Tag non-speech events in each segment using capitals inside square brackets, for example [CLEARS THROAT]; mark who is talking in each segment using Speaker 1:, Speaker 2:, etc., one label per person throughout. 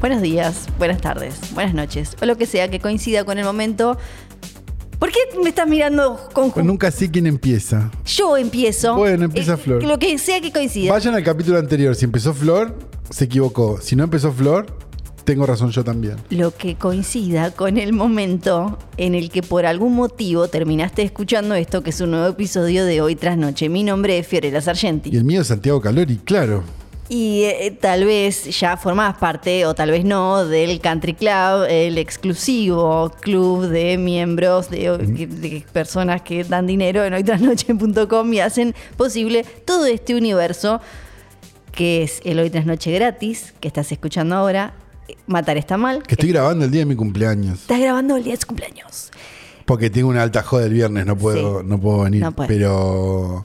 Speaker 1: Buenos días, buenas tardes, buenas noches, o lo que sea que coincida con el momento. ¿Por qué me estás mirando con
Speaker 2: Pues nunca sé quién empieza.
Speaker 1: Yo empiezo.
Speaker 2: Bueno, empieza
Speaker 1: Eh,
Speaker 2: Flor.
Speaker 1: Lo que sea que coincida.
Speaker 2: Vayan al capítulo anterior. Si empezó Flor, se equivocó. Si no empezó Flor, tengo razón yo también.
Speaker 1: Lo que coincida con el momento en el que por algún motivo terminaste escuchando esto, que es un nuevo episodio de Hoy Tras Noche. Mi nombre es Fiorella Sargenti.
Speaker 2: Y el mío es Santiago Calori, claro.
Speaker 1: Y eh, tal vez ya formás parte, o tal vez no, del Country Club, el exclusivo club de miembros, de, de personas que dan dinero en hoytrasnoche.com y hacen posible todo este universo que es el Hoy Tras Noche gratis, que estás escuchando ahora. Matar está mal.
Speaker 2: Que estoy grabando el día de mi cumpleaños.
Speaker 1: Estás grabando el día de su cumpleaños.
Speaker 2: Porque tengo una alta joda el viernes, no puedo,
Speaker 1: Sí.
Speaker 2: no puedo venir.
Speaker 1: No puede.
Speaker 2: pero,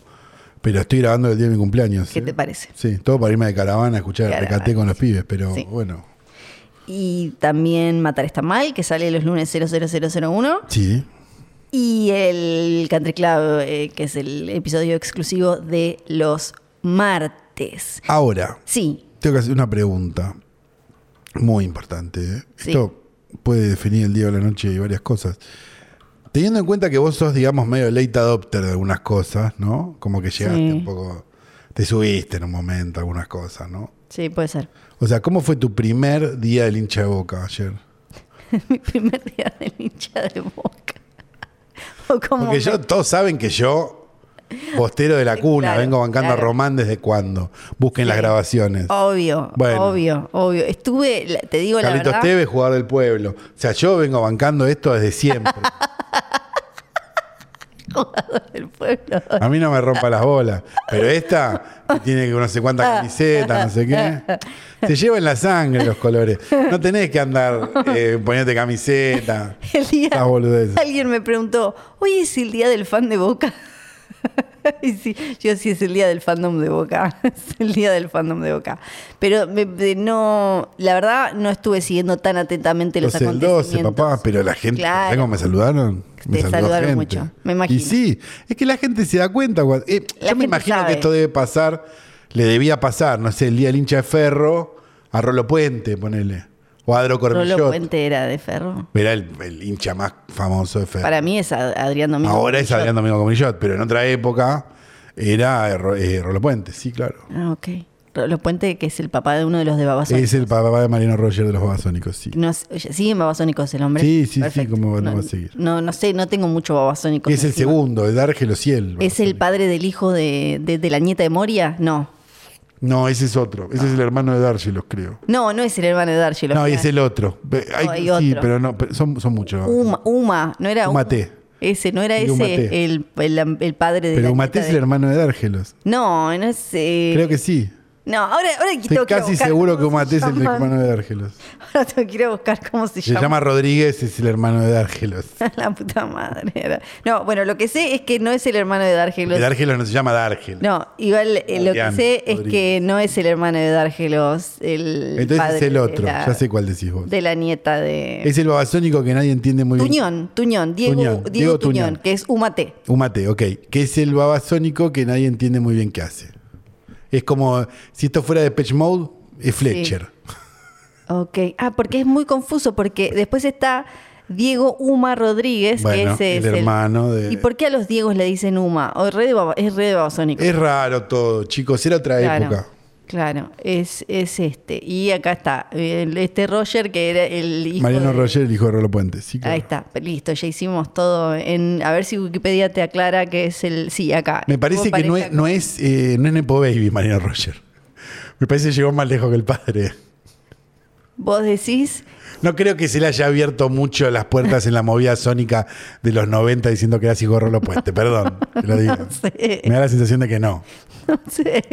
Speaker 2: pero estoy grabando el día de mi cumpleaños.
Speaker 1: ¿Qué
Speaker 2: ¿eh?
Speaker 1: te parece?
Speaker 2: Sí, todo para irme de caravana a escuchar
Speaker 1: Caravana,
Speaker 2: recate con los pibes, pero
Speaker 1: Sí.
Speaker 2: bueno.
Speaker 1: Y también Matar está mal, que sale los lunes 00001.
Speaker 2: Sí.
Speaker 1: Y el Country Club, eh, que es el episodio exclusivo de los martes.
Speaker 2: Ahora,
Speaker 1: Sí,
Speaker 2: tengo que hacer una pregunta muy importante. ¿eh?
Speaker 1: Sí.
Speaker 2: Esto puede definir el día o la noche y varias cosas. Teniendo en cuenta que vos sos, digamos, medio late adopter de algunas cosas, ¿no? Como que llegaste
Speaker 1: Sí.
Speaker 2: un poco. Te subiste en un momento a algunas cosas, ¿no?
Speaker 1: sí, puede ser.
Speaker 2: O sea, ¿cómo fue tu primer día del hincha de boca ayer?
Speaker 1: [LAUGHS] Mi primer día de hincha de boca. [LAUGHS] O como
Speaker 2: Porque yo,
Speaker 1: me-
Speaker 2: todos saben que yo, postero de la
Speaker 1: Sí,
Speaker 2: cuna,
Speaker 1: claro,
Speaker 2: vengo bancando
Speaker 1: claro.
Speaker 2: a Román desde cuando. Busquen las
Speaker 1: Sí.
Speaker 2: grabaciones.
Speaker 1: Obvio,
Speaker 2: Bueno.
Speaker 1: obvio, obvio. Estuve, la- te digo la
Speaker 2: Carlitos
Speaker 1: verdad.
Speaker 2: Tevez, jugador del pueblo. O sea, yo vengo bancando esto desde siempre.
Speaker 1: [LAUGHS] jugador del pueblo.
Speaker 2: A mí no me rompa las bolas. Pero esta que tiene no sé cuántas camisetas, no sé qué. Se lleva en la sangre los colores. No tenés que andar eh, poniéndote camiseta.
Speaker 1: [LAUGHS] El día.
Speaker 2: Esas boludeces.
Speaker 1: Alguien me preguntó, hoy es el día del fan de Boca. [LAUGHS] Y sí, yo sí es el día del fandom de Boca. [LAUGHS] Es el día del fandom de Boca. Pero me- me- no, la verdad no estuve siguiendo tan atentamente los
Speaker 2: Entonces el 12,
Speaker 1: acontecimientos.
Speaker 2: papá, pero la gente,
Speaker 1: Claro.
Speaker 2: ¿sabés cómo me saludaron? Me
Speaker 1: Te
Speaker 2: saludó
Speaker 1: saludaron
Speaker 2: gente.
Speaker 1: mucho, me imagino.
Speaker 2: Y sí, es que la gente se da cuenta. guau. Eh,
Speaker 1: La
Speaker 2: yo me
Speaker 1: gente
Speaker 2: imagino
Speaker 1: sabe.
Speaker 2: que esto debe pasar, le debía pasar, no sé, el día del hincha de ferro a Rolo Puente, ponele. O a Adro
Speaker 1: Rolo
Speaker 2: Cormillot.
Speaker 1: Puente era de Ferro.
Speaker 2: Era el, el hincha más famoso de ferro.
Speaker 1: Para mí es Ad- Adrián Domingo.
Speaker 2: Ahora es
Speaker 1: Yo-
Speaker 2: Adrián Domingo Comillot, pero en otra época era eh, Ro- eh, Rolo Puente, sí, claro.
Speaker 1: Ah, ok. Rolo Puente, que es el papá de uno de los de Babasónicos.
Speaker 2: Es el papá de Mariano Roger de los Babasónicos, sí.
Speaker 1: No sé, oye, ¿Sigue en Babasónicos el hombre?
Speaker 2: Sí, sí, sí,
Speaker 1: Perfecto.
Speaker 2: ¿cómo no
Speaker 1: no,
Speaker 2: va a seguir?
Speaker 1: No, no sé, no tengo mucho Babasónicos.
Speaker 2: Es el
Speaker 1: encima.
Speaker 2: segundo, el de Argelociel.
Speaker 1: ¿Es el padre del hijo de, de- de la nieta de Moria? No.
Speaker 2: No, ese es otro. Ese es el hermano de Dargelos, creo.
Speaker 1: No, no es el hermano de Dargelos.
Speaker 2: No, y es el otro. Ve- hay-
Speaker 1: hay
Speaker 2: sí,
Speaker 1: otro.
Speaker 2: pero no, pero son, son muchos.
Speaker 1: Uma, Uma, no era Uma.
Speaker 2: Umate.
Speaker 1: Ese, no era
Speaker 2: Sí, Umate.
Speaker 1: ese el, el- el padre de la
Speaker 2: Pero
Speaker 1: nieta
Speaker 2: Maté es el
Speaker 1: de-
Speaker 2: hermano de Dargelos.
Speaker 1: No, no sé.
Speaker 2: Creo que sí.
Speaker 1: No, ahora, ahora
Speaker 2: Estoy
Speaker 1: tengo que ir a
Speaker 2: casi
Speaker 1: buscar
Speaker 2: seguro que
Speaker 1: cómo se
Speaker 2: Maté es el
Speaker 1: llaman.
Speaker 2: hermano de Dargelos.
Speaker 1: [LAUGHS] Ahora tengo que ir a buscar cómo se,
Speaker 2: Se llama Rodríguez, es el hermano de Dargelos.
Speaker 1: [LAUGHS] La puta madre. era. No, bueno, lo que sé es que no es el hermano de Dargelos.
Speaker 2: El Dargelos no se llama Dargelos.
Speaker 1: No, igual eh, lo que
Speaker 2: Adrián
Speaker 1: sé es
Speaker 2: Rodríguez.
Speaker 1: que no es el hermano de Dargelos. El
Speaker 2: Entonces
Speaker 1: padre
Speaker 2: es el
Speaker 1: de
Speaker 2: otro.
Speaker 1: la-
Speaker 2: Ya sé cuál decís vos.
Speaker 1: De la nieta de.
Speaker 2: Es el babasónico que nadie entiende muy bien.
Speaker 1: Tuñón, Tuñón, Diego,
Speaker 2: Tuñón,
Speaker 1: Diego,
Speaker 2: Diego
Speaker 1: Tuñón,
Speaker 2: Tuñón.
Speaker 1: que es Umate.
Speaker 2: Umate, ok. Que es el babasónico que nadie entiende muy bien qué hace. Es como, si esto fuera de Patch Mode, es Fletcher.
Speaker 1: Ok. Ah, porque es muy confuso, porque después está Diego Uma Rodríguez,
Speaker 2: Bueno,
Speaker 1: que ese
Speaker 2: el
Speaker 1: es
Speaker 2: hermano de-
Speaker 1: ¿Y por qué a los Diegos le dicen Uma? O re de baba- es re de babasónico.
Speaker 2: Es raro todo, chicos. Era otra
Speaker 1: claro,
Speaker 2: época.
Speaker 1: Claro, es, es este. Y acá está, el- este Roger, que era el hijo.
Speaker 2: Mariano
Speaker 1: de-
Speaker 2: Roger, el hijo de Rolo Puente. Sí, claro.
Speaker 1: Ahí está, listo, ya hicimos todo. En, a ver si Wikipedia te aclara que es el. Sí, acá.
Speaker 2: Me parece que no es, no, es, [LAUGHS] eh, no es Nepo Baby Mariano Roger. Me parece que llegó más lejos que el padre.
Speaker 1: Vos decís, [LAUGHS]
Speaker 2: No creo que se le haya abierto mucho las puertas en la movida sónica de los 90 diciendo que era hijo de Rolo Puente. Perdón, te
Speaker 1: [LAUGHS]
Speaker 2: lo digo.
Speaker 1: sé.
Speaker 2: Me da la sensación de que no.
Speaker 1: no sé.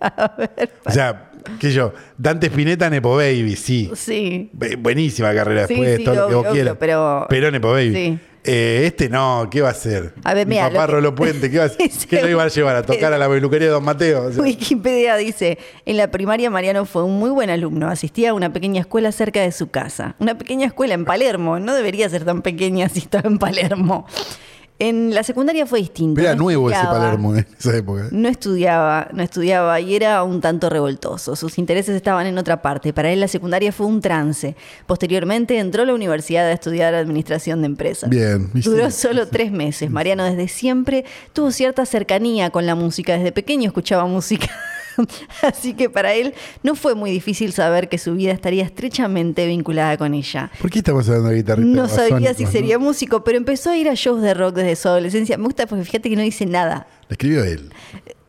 Speaker 1: A ver,
Speaker 2: O sea, qué sé yo, Dante Spinetta, Nepo Baby, sí.
Speaker 1: sí.
Speaker 2: Bu- Buenísima carrera
Speaker 1: Sí,
Speaker 2: después,
Speaker 1: sí,
Speaker 2: todo lo que
Speaker 1: obvio,
Speaker 2: vos
Speaker 1: obvio,
Speaker 2: quieras.
Speaker 1: pero-
Speaker 2: Nepo Baby.
Speaker 1: Sí.
Speaker 2: Eh, este no, ¿qué va a hacer?
Speaker 1: A ver,
Speaker 2: Mi
Speaker 1: mira,
Speaker 2: papá
Speaker 1: lo que-
Speaker 2: Rolo Puente, ¿qué va a hacer?
Speaker 1: [LAUGHS] Sí,
Speaker 2: ¿Qué lo iba a llevar? ¿A tocar a la peluquería de Don Mateo? O
Speaker 1: [LAUGHS]
Speaker 2: sea,
Speaker 1: Wikipedia dice, en la primaria Mariano fue un muy buen alumno, asistía a una pequeña escuela cerca de su casa. Una pequeña escuela en Palermo, no debería ser tan pequeña si estaba en Palermo. En la secundaria fue distinto.
Speaker 2: era
Speaker 1: no
Speaker 2: nuevo ese
Speaker 1: estudiaba.
Speaker 2: Palermo en esa época.
Speaker 1: No estudiaba, no estudiaba y era un tanto revoltoso. Sus intereses estaban en otra parte. Para él la secundaria fue un trance. Posteriormente entró a la universidad a estudiar administración de empresas.
Speaker 2: Bien. y sí.
Speaker 1: Duró solo tres meses. Mariano desde siempre tuvo cierta cercanía con la música. Desde pequeño escuchaba música. [LAUGHS] Así que para él no fue muy difícil saber que su vida estaría estrechamente vinculada con ella.
Speaker 2: ¿Por qué estamos hablando de guitarristas?
Speaker 1: No sabía si
Speaker 2: basónicos,
Speaker 1: sería
Speaker 2: no?
Speaker 1: músico, pero empezó a ir a shows de rock desde su adolescencia. Me gusta porque fíjate que no dice nada.
Speaker 2: La escribió él.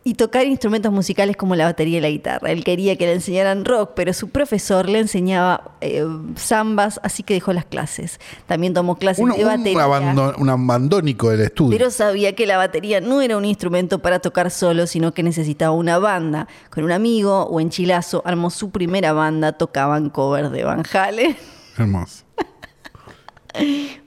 Speaker 1: Y tocar instrumentos musicales como la batería y la guitarra. Él quería que le enseñaran rock, pero su profesor le enseñaba eh, zambas, así que dejó las clases. También tomó clases
Speaker 2: Un,
Speaker 1: de
Speaker 2: un
Speaker 1: batería.
Speaker 2: abandon- un abandónico del estudio.
Speaker 1: Pero sabía que la batería no era un instrumento para tocar solo, sino que necesitaba una banda. Con un amigo o en Chilazo armó su primera banda, tocaban cover de Van Halen. [LAUGHS]
Speaker 2: Hermoso.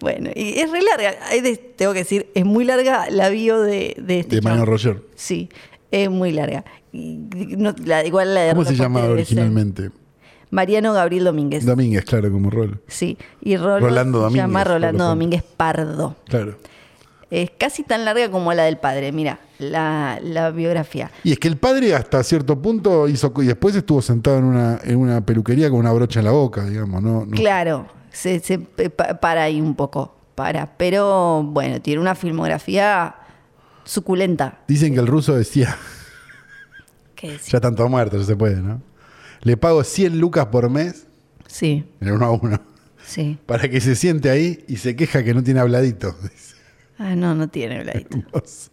Speaker 1: Bueno, y es re larga. Hay de- Tengo que decir, es muy larga la bio de, de este
Speaker 2: De
Speaker 1: chabón.
Speaker 2: Mariano Roger.
Speaker 1: Sí, es muy larga. Y no- la- igual la de
Speaker 2: ¿Cómo se
Speaker 1: Rolo
Speaker 2: llamaba
Speaker 1: Puente debe ser
Speaker 2: originalmente?
Speaker 1: Mariano Gabriel Domínguez.
Speaker 2: Domínguez, claro, como Rolo.
Speaker 1: sí, y Rolo
Speaker 2: Rolando
Speaker 1: se
Speaker 2: Domínguez,
Speaker 1: llama
Speaker 2: Rolo
Speaker 1: Rolando
Speaker 2: Puente.
Speaker 1: Domínguez Pardo.
Speaker 2: Claro.
Speaker 1: Es casi tan larga como la del padre, mira, la, la biografía.
Speaker 2: Y es que el padre hasta cierto punto hizo y después estuvo sentado en una, en una peluquería con una brocha en la boca, digamos, ¿no? no-
Speaker 1: Claro, se, se pe- pa- para ahí un poco, para. Pero bueno, tiene una filmografía suculenta.
Speaker 2: Dicen que el ruso decía,
Speaker 1: ¿Qué decir?
Speaker 2: ya tanto muerto, ya se puede, ¿no? Le pago 100 lucas por mes,
Speaker 1: Sí,
Speaker 2: en el uno a uno,
Speaker 1: sí.
Speaker 2: para que se siente ahí y se queja que no tiene habladito. [LAUGHS] dice.
Speaker 1: Ah, no, no tiene
Speaker 2: Eh,
Speaker 1: bladito.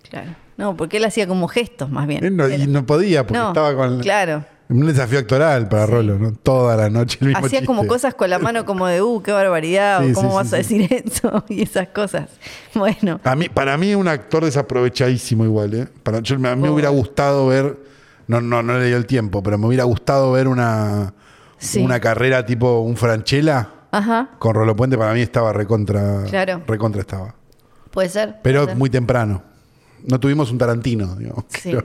Speaker 1: Claro. No, porque él hacía como gestos más bien.
Speaker 2: Él no, y no podía porque
Speaker 1: No,
Speaker 2: estaba con
Speaker 1: Claro.
Speaker 2: un desafío actoral para Rolo, ¿no? Toda la noche el mismo
Speaker 1: Hacía
Speaker 2: chiste.
Speaker 1: como cosas con la mano como de, uh, qué barbaridad, o
Speaker 2: [LAUGHS] Sí,
Speaker 1: cómo
Speaker 2: sí,
Speaker 1: vas
Speaker 2: sí,
Speaker 1: a
Speaker 2: sí.
Speaker 1: decir [LAUGHS] eso y esas cosas. Bueno,
Speaker 2: A mí, para mí un actor desaprovechadísimo igual, ¿eh? Para, yo- a mí me
Speaker 1: Oh.
Speaker 2: hubiera gustado ver, no, no, no le dio el tiempo, pero me hubiera gustado ver una,
Speaker 1: Sí.
Speaker 2: una carrera tipo un Franchella
Speaker 1: ajá,
Speaker 2: con Rolo Puente, para mí estaba recontra,
Speaker 1: Claro.
Speaker 2: recontra estaba.
Speaker 1: puede ser.
Speaker 2: Pero
Speaker 1: puede ser.
Speaker 2: muy temprano. No tuvimos un Tarantino, digamos, que,
Speaker 1: Sí.
Speaker 2: lo,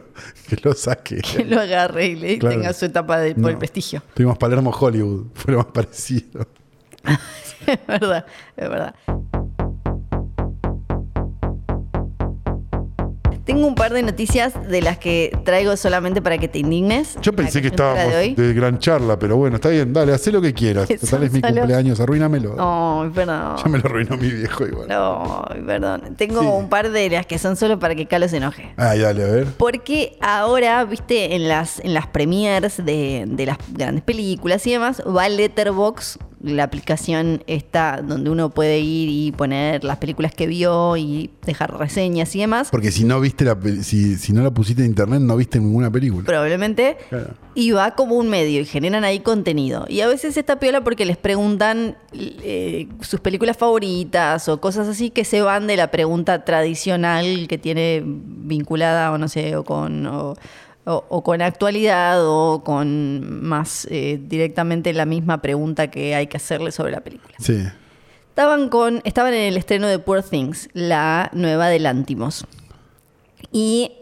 Speaker 2: que lo saque.
Speaker 1: [LAUGHS] que lo agarre y le
Speaker 2: Claro.
Speaker 1: tenga su etapa de, por el
Speaker 2: No.
Speaker 1: prestigio.
Speaker 2: Tuvimos Palermo Hollywood, fue lo más parecido.
Speaker 1: [LAUGHS] es verdad, es verdad. Tengo un par de noticias de las que traigo solamente para que te indignes.
Speaker 2: Yo pensé
Speaker 1: La
Speaker 2: que
Speaker 1: coyuntura
Speaker 2: estábamos
Speaker 1: de hoy.
Speaker 2: de gran charla, pero bueno, está bien, dale, haz lo
Speaker 1: [LAUGHS]
Speaker 2: que quieras.
Speaker 1: Eso,
Speaker 2: Total es mi
Speaker 1: solo-
Speaker 2: cumpleaños, arruínamelo.
Speaker 1: Ay, perdón.
Speaker 2: Ya me lo arruinó mi viejo igual.
Speaker 1: Ay, perdón. Tengo
Speaker 2: Sí.
Speaker 1: un par de las que son solo para que Carlos se enoje.
Speaker 2: Ay, dale, a ver.
Speaker 1: Porque ahora, viste, en las, en las premiers de, de las grandes películas y demás, va Letterbox, la aplicación está donde uno puede ir y poner las películas que vio y dejar reseñas y demás,
Speaker 2: Porque si no viste la pel- si, si no la pusiste en internet, no viste ninguna película.
Speaker 1: probablemente,
Speaker 2: Claro.
Speaker 1: y va como un medio y generan ahí contenido. Y a veces está piola porque les preguntan eh, sus películas favoritas o cosas así que se van de la pregunta tradicional que tiene vinculada o no sé, o con... o- o- o con actualidad o con más eh, directamente la misma pregunta que hay que hacerle sobre la película.
Speaker 2: Sí.
Speaker 1: Estaban, con, estaban en el estreno de Poor Things, la nueva de Lántimos. Y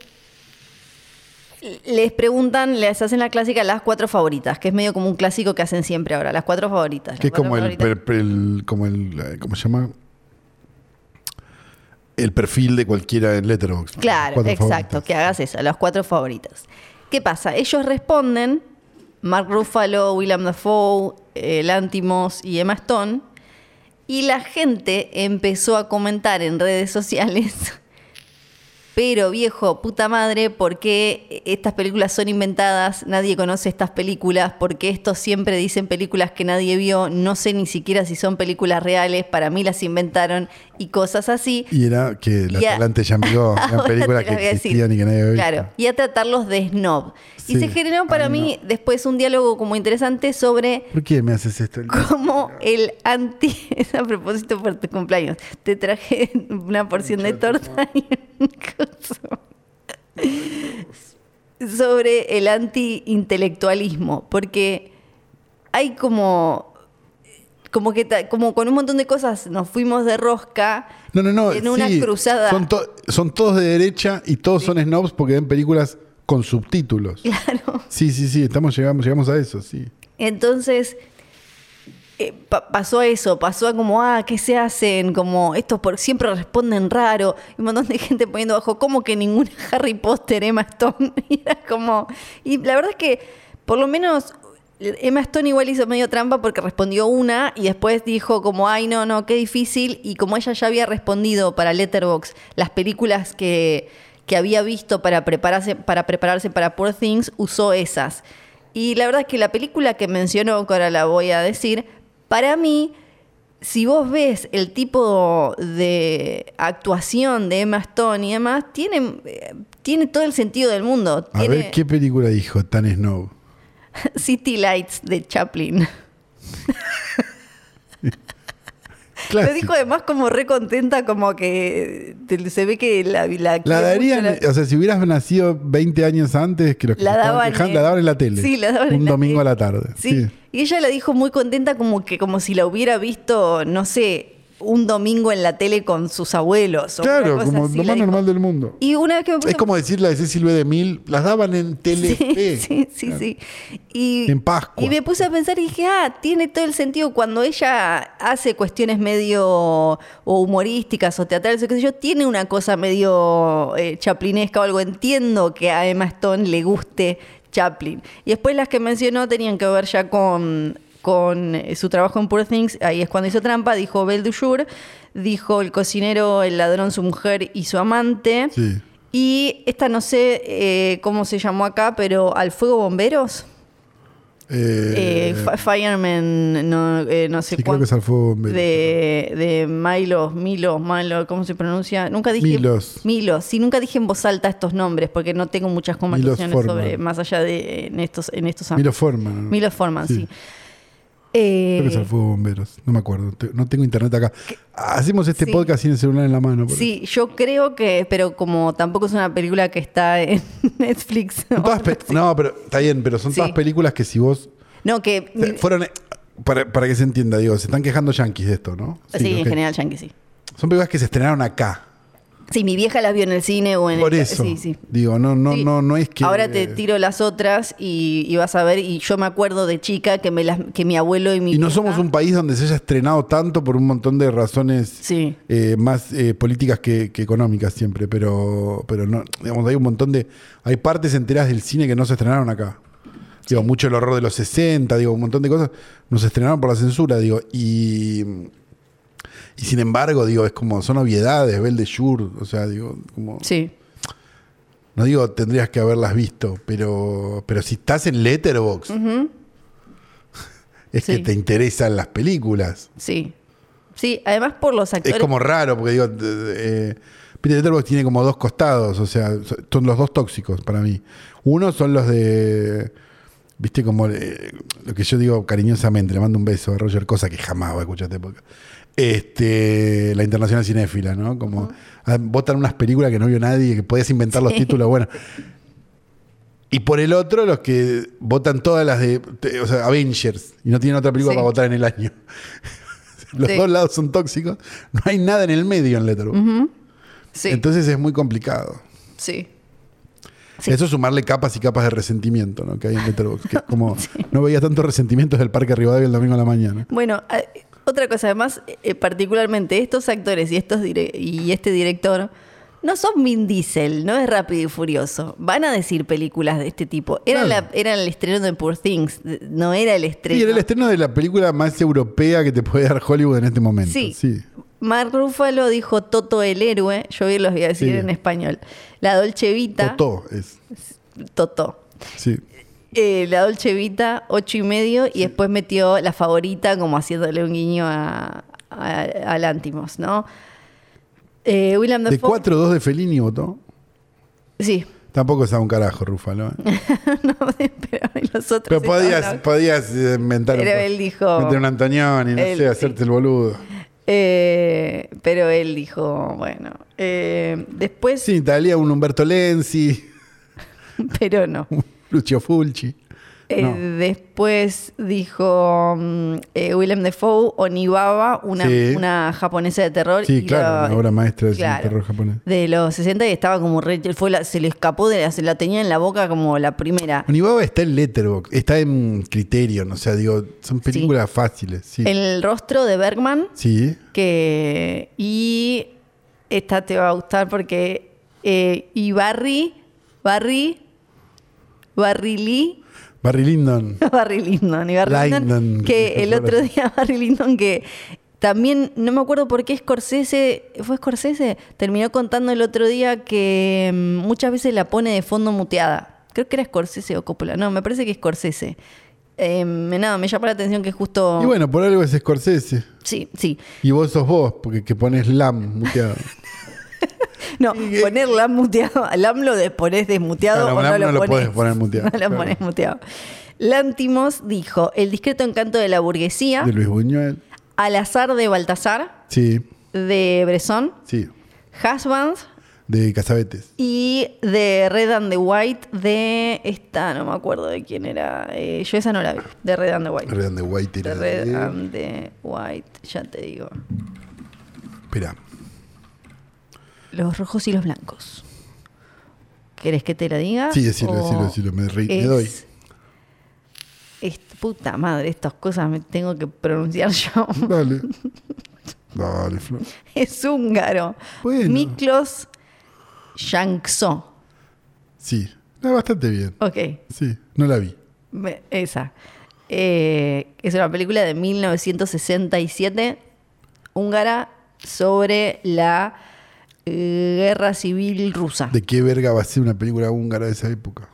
Speaker 1: les preguntan, les hacen la clásica las cuatro favoritas, que es medio como un clásico que hacen siempre ahora, las cuatro favoritas. las
Speaker 2: Que es
Speaker 1: cuatro
Speaker 2: como el,
Speaker 1: favoritas.
Speaker 2: per- el- como el eh, ¿cómo se llama? El perfil de cualquiera en Letterboxd.
Speaker 1: Claro,
Speaker 2: Cuatro
Speaker 1: exacto,
Speaker 2: favoritas.
Speaker 1: que hagas eso, las cuatro favoritas. ¿Qué pasa? Ellos responden, Mark Ruffalo, William Dafoe, eh, Lantimos y Emma Stone, y la gente empezó a comentar en redes sociales [LAUGHS] Pero viejo, puta madre, ¿por qué estas películas son inventadas? Nadie conoce estas películas, porque estos siempre dicen películas que nadie vio, no sé ni siquiera si son películas reales, para mí las inventaron y cosas así.
Speaker 2: Y era que la
Speaker 1: Y a-
Speaker 2: talante ya miró, eran
Speaker 1: [LAUGHS] Ahora
Speaker 2: películas
Speaker 1: te las
Speaker 2: que
Speaker 1: voy a decir.
Speaker 2: existían y que nadie había visto.
Speaker 1: Claro, y a tratarlos de snob.
Speaker 2: Sí, Ah,
Speaker 1: y se generó para
Speaker 2: ay,
Speaker 1: mí después un diálogo como interesante sobre
Speaker 2: ¿Por qué me haces esto?
Speaker 1: cómo el anti... [LAUGHS] es a propósito para tu cumpleaños. Te traje [LAUGHS] una porción de torta y un coso. Sobre el anti-intelectualismo, porque hay como... Como que ta- como con un montón de cosas nos fuimos de rosca. [LAUGHS]
Speaker 2: No, no, no.
Speaker 1: En una
Speaker 2: sí,
Speaker 1: cruzada.
Speaker 2: Son, to- son todos de derecha y todos son snobs porque ven películas con subtítulos.
Speaker 1: Claro.
Speaker 2: Sí, sí, sí, estamos llegamos, llegamos a eso, sí.
Speaker 1: Entonces, eh, pa- pasó a eso, pasó a como, ah, ¿qué se hacen? Como, estos por siempre responden raro. Y un montón de gente poniendo abajo, ¿cómo que ninguna [LAUGHS] Harry Potter, Emma Stone? [LAUGHS] Y era como. Y la verdad es que, por lo menos. Emma Stone igual hizo medio trampa porque respondió una y después dijo como, ay, no, no, qué difícil. Y como ella ya había respondido para Letterbox las películas que, que había visto para prepararse, para prepararse para Poor Things, usó esas. Y la verdad es que la película que mencionó, que ahora la voy a decir, para mí, si vos ves el tipo de actuación de Emma Stone y demás, tiene, eh, tiene todo el sentido del mundo.
Speaker 2: A
Speaker 1: tiene
Speaker 2: ver qué película dijo tan snob.
Speaker 1: [LAUGHS] City Lights de Chaplin.
Speaker 2: Claro.
Speaker 1: Lo dijo además como re contenta, como que te- se ve que la... La,
Speaker 2: La darían,
Speaker 1: la-
Speaker 2: o sea, si hubieras nacido 20 años antes que los que
Speaker 1: La
Speaker 2: se estaban
Speaker 1: daban,
Speaker 2: quejando,
Speaker 1: eh.
Speaker 2: la daban en la tele.
Speaker 1: Sí, la daban
Speaker 2: Un
Speaker 1: en la
Speaker 2: domingo
Speaker 1: tele.
Speaker 2: a la tarde.
Speaker 1: Sí. Y ella la dijo muy contenta, como que como si la hubiera visto, no sé, un domingo en la tele con sus abuelos. o una
Speaker 2: Claro,
Speaker 1: cosa
Speaker 2: como
Speaker 1: así,
Speaker 2: lo
Speaker 1: la
Speaker 2: más
Speaker 1: dijo.
Speaker 2: normal del mundo.
Speaker 1: Y una vez que me puse
Speaker 2: Es como decir la de Cecil B. de Mil, las daban en tele.
Speaker 1: Sí, [LAUGHS] sí, sí, sí. Y,
Speaker 2: En Pascua.
Speaker 1: Y me puse a pensar y dije, ah, tiene todo el sentido cuando ella hace cuestiones medio o humorísticas o teatrales o qué sé yo, tiene una cosa medio eh, chaplinesca o algo. Entiendo que a Emma Stone le guste Chaplin. Y después las que mencionó tenían que ver ya con con eh, su trabajo en Poor Things, ahí es cuando hizo trampa, dijo Belle Dujour, dijo el cocinero, el ladrón, su mujer y su amante.
Speaker 2: Sí.
Speaker 1: Y esta no sé eh, cómo se llamó acá, pero al fuego bomberos. Eh,
Speaker 2: Eh,
Speaker 1: Fi- fireman, no, eh, no sé
Speaker 2: sí, creo que
Speaker 1: cuánto.
Speaker 2: es al fuego bombero.
Speaker 1: de, de Milos, Milos, Milo, ¿cómo se pronuncia? Nunca dije.
Speaker 2: Milos.
Speaker 1: Milos. Sí, nunca dije en voz alta estos nombres porque no tengo muchas conversaciones
Speaker 2: Forman.
Speaker 1: sobre más allá de en estos en estos ámbitos.
Speaker 2: Milo Forman. ¿no?
Speaker 1: Milos Forman, sí.
Speaker 2: Sí. Creo que es
Speaker 1: Eh,
Speaker 2: al fuego bomberos. No me acuerdo. te- No tengo internet acá. Hacemos este
Speaker 1: Sí.
Speaker 2: podcast sin el celular en la mano. por
Speaker 1: Sí, yo creo que, pero como tampoco es una película que está en [LAUGHS] Netflix.
Speaker 2: Son todas pe- No, pero está bien, pero son
Speaker 1: Sí.
Speaker 2: todas películas que si vos.
Speaker 1: No, que
Speaker 2: o sea, Fueron. eh, Para, para que se entienda, digo, se están quejando yanquis de esto, ¿no?
Speaker 1: Sí, en
Speaker 2: ok.
Speaker 1: general, Yankee, sí.
Speaker 2: Son películas que se estrenaron acá.
Speaker 1: Sí, mi vieja las vio en el cine o en
Speaker 2: Por
Speaker 1: el...
Speaker 2: eso.
Speaker 1: Sí, sí.
Speaker 2: Digo, no, no,
Speaker 1: Sí.
Speaker 2: no, no es que. eh,
Speaker 1: Ahora te tiro las otras y, y vas a ver. Y yo me acuerdo de chica que, me las, que mi abuelo y mi.
Speaker 2: Y no
Speaker 1: vieja-
Speaker 2: somos un país donde se haya estrenado tanto por un montón de razones
Speaker 1: Sí.
Speaker 2: eh, más eh, políticas que, que económicas siempre, pero, pero no, digamos, hay un montón de. Hay partes enteras del cine que no se estrenaron acá. Digo, mucho el horror de los 60, digo, un montón de cosas. No se estrenaron por la censura, digo. Y. Y sin embargo, digo, es como, son obviedades, Belle de Jour, o sea, digo, como.
Speaker 1: Sí.
Speaker 2: No digo tendrías que haberlas visto, pero, pero si estás en Letterboxd, [LAUGHS] es que
Speaker 1: Sí.
Speaker 2: te interesan las películas.
Speaker 1: Sí. Sí, además por los actores.
Speaker 2: Es como raro, porque digo, eh, Peter Letterboxd tiene como dos costados, o sea, so- son los dos tóxicos para mí. Uno son los de, viste, como eh, lo que yo digo cariñosamente, le mando un beso a Roger Cosa, que jamás va a escuchar este podcast. Este, la internacional cinéfila, ¿no? Como ah, votan unas películas que no vio nadie, que podías inventar los títulos, bueno. Y por el otro, los que votan todas las de, te- o sea, Avengers, y no tienen otra película
Speaker 1: Sí.
Speaker 2: para votar en el año. Los
Speaker 1: Sí.
Speaker 2: dos lados son tóxicos. No hay nada en el medio en Letterboxd.
Speaker 1: Sí.
Speaker 2: Entonces es muy complicado.
Speaker 1: sí. Sí.
Speaker 2: Eso sumarle capas y capas de resentimiento ¿no? que hay en Letterboxd. Que es
Speaker 1: [LAUGHS]
Speaker 2: como, no veía tantos resentimientos del Parque Rivadavia el domingo a la mañana.
Speaker 1: Bueno, a- otra cosa, además, eh, particularmente estos actores y, estos dire- y este director no son Vin Diesel, no es Rápido y Furioso. Van a decir películas de este tipo. Era,
Speaker 2: Claro.
Speaker 1: la- era el estreno de Poor Things, de- no era el estreno.
Speaker 2: Y era el estreno de la película más europea que te puede dar Hollywood en este momento.
Speaker 1: Sí.
Speaker 2: Sí.
Speaker 1: Mark Ruffalo dijo Toto el héroe. Yo bien los voy a decir
Speaker 2: Sí.
Speaker 1: en español. La Dolce Vita.
Speaker 2: Totó es.
Speaker 1: Totó.
Speaker 2: Sí.
Speaker 1: Eh, la Dolce Vita, ocho y medio, y después metió la favorita como haciéndole un guiño a, a- al Antimos, ¿no? Eh, William
Speaker 2: De
Speaker 1: Dafoe-
Speaker 2: 4-2 de Fellini votó.
Speaker 1: Sí, [LAUGHS]
Speaker 2: Tampoco sabe un carajo, Rúfalo. ¿eh?
Speaker 1: no, pero los otros.
Speaker 2: Pero podías,
Speaker 1: estaban-
Speaker 2: podías eh, inventar un,
Speaker 1: Pero él dijo-
Speaker 2: meter un Antonioni, no
Speaker 1: Él,
Speaker 2: sé, hacerte el boludo.
Speaker 1: Eh, pero él dijo, bueno. eh, después,
Speaker 2: Sí, Italia, un Humberto Lenzi,
Speaker 1: [LAUGHS] pero
Speaker 2: [LAUGHS]
Speaker 1: no.
Speaker 2: un Lucio Fulci.
Speaker 1: Eh,
Speaker 2: No.
Speaker 1: Después dijo mm, eh, Willem Dafoe, Onibaba, una,
Speaker 2: Sí.
Speaker 1: una japonesa de terror.
Speaker 2: Sí,
Speaker 1: y
Speaker 2: claro,
Speaker 1: la-
Speaker 2: una obra maestra del
Speaker 1: claro.
Speaker 2: terror japonés.
Speaker 1: De los 60 y estaba como re, fue la- se le escapó, de la, se la tenía en la boca como la primera.
Speaker 2: Unibaba está en Letterboxd, está en Criterion, o sea, digo, son películas fáciles. Sí.
Speaker 1: El rostro de Bergman,
Speaker 2: sí.
Speaker 1: que. Y esta te va a gustar porque. eh, y Barry, Barry, Barry Lee.
Speaker 2: Barry Lyndon.
Speaker 1: [LAUGHS] Barry Lyndon. Y Barry Lyndon,
Speaker 2: Lyndon,
Speaker 1: que
Speaker 2: que
Speaker 1: el
Speaker 2: se
Speaker 1: otro
Speaker 2: conoce.
Speaker 1: día [LAUGHS] Barry Lyndon que también, no me acuerdo por qué Scorsese, fue Scorsese, terminó contando el otro día que mm, muchas veces la pone de fondo muteada. Creo que era Scorsese o Coppola. No, me parece que Scorsese. Eh, me- nada, me llama la atención que justo...
Speaker 2: Y bueno, por algo es Scorsese.
Speaker 1: Sí, sí.
Speaker 2: Y vos sos vos, porque que pones
Speaker 1: [LAUGHS]
Speaker 2: Lam muteado.
Speaker 1: No,
Speaker 2: Y-
Speaker 1: poner LAM muteado. [LAUGHS] al LAM lo de- ponés desmuteado
Speaker 2: Claro,
Speaker 1: o no
Speaker 2: LAM
Speaker 1: lo,
Speaker 2: no lo
Speaker 1: ponés.
Speaker 2: podés poner muteado,
Speaker 1: [LAUGHS] No lo
Speaker 2: claro.
Speaker 1: ponés muteado. Lántimos dijo, el discreto encanto de la burguesía,
Speaker 2: de Luis Buñuel.
Speaker 1: al azar de Baltasar,
Speaker 2: Sí,
Speaker 1: de Bresson,
Speaker 2: sí.
Speaker 1: Husband
Speaker 2: De Casabetes.
Speaker 1: y de Red and the White de esta, no me acuerdo de quién era. eh, yo esa no la vi, de Red and the White.
Speaker 2: Redan de White
Speaker 1: De
Speaker 2: era
Speaker 1: Red
Speaker 2: de-
Speaker 1: and the White, ya te digo.
Speaker 2: Espera.
Speaker 1: Los rojos y los blancos. ¿Querés que te la diga?
Speaker 2: Sí, decilo,
Speaker 1: O
Speaker 2: decilo, decilo, me ri- me
Speaker 1: es-
Speaker 2: doy.
Speaker 1: es- puta madre, estas cosas me tengo que pronunciar yo. [LAUGHS]
Speaker 2: Dale. Dale, Flor.
Speaker 1: es húngaro.
Speaker 2: Bueno.
Speaker 1: Miklos Jankso.
Speaker 2: Sí. Está bastante bien.
Speaker 1: Ok.
Speaker 2: Sí. No la vi.
Speaker 1: Me- Esa. Eh, es una película de 1967 húngara sobre la eh, guerra civil rusa.
Speaker 2: ¿De qué verga va a ser una película húngara de esa época?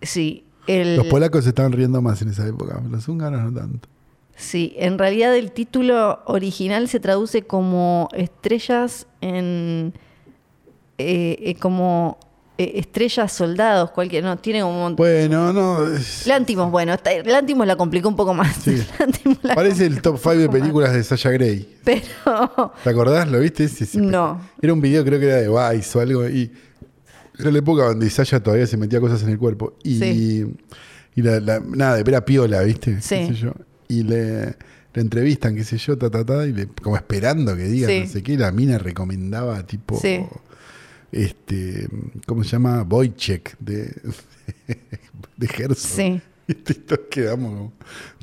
Speaker 1: Sí, el-
Speaker 2: Los polacos se estaban riendo más en esa época. Los húngaros no tanto.
Speaker 1: sí, en realidad el título original se traduce como estrellas en... eh, eh, como eh, estrellas soldados, cualquier... No, tiene un montón...
Speaker 2: Bueno, no. es-
Speaker 1: Lántimos, bueno, está- Lántimos la complicó un poco más. [LAUGHS]
Speaker 2: Sí.
Speaker 1: Lántimos la
Speaker 2: Parece el
Speaker 1: complicó
Speaker 2: top
Speaker 1: un
Speaker 2: 5 de
Speaker 1: poco [LAUGHS] más.
Speaker 2: películas de Sasha Grey.
Speaker 1: Pero
Speaker 2: ¿Te acordás? ¿Lo viste? Sí, sí.
Speaker 1: No.
Speaker 2: Era un video, creo que era de Vice o algo. Y era la época donde Saya todavía se metía cosas en el cuerpo. Y,
Speaker 1: Sí.
Speaker 2: y la, la- nada, era piola, ¿viste?
Speaker 1: Sí.
Speaker 2: Qué sé yo. Y le, le entrevistan, qué sé yo, ta, ta, ta, y le- como esperando que diga,
Speaker 1: Sí.
Speaker 2: no sé qué. La mina recomendaba, tipo.
Speaker 1: Sí.
Speaker 2: Este, ¿cómo se llama? Boychek de, de Herzog.
Speaker 1: Sí.
Speaker 2: Y todos quedamos como,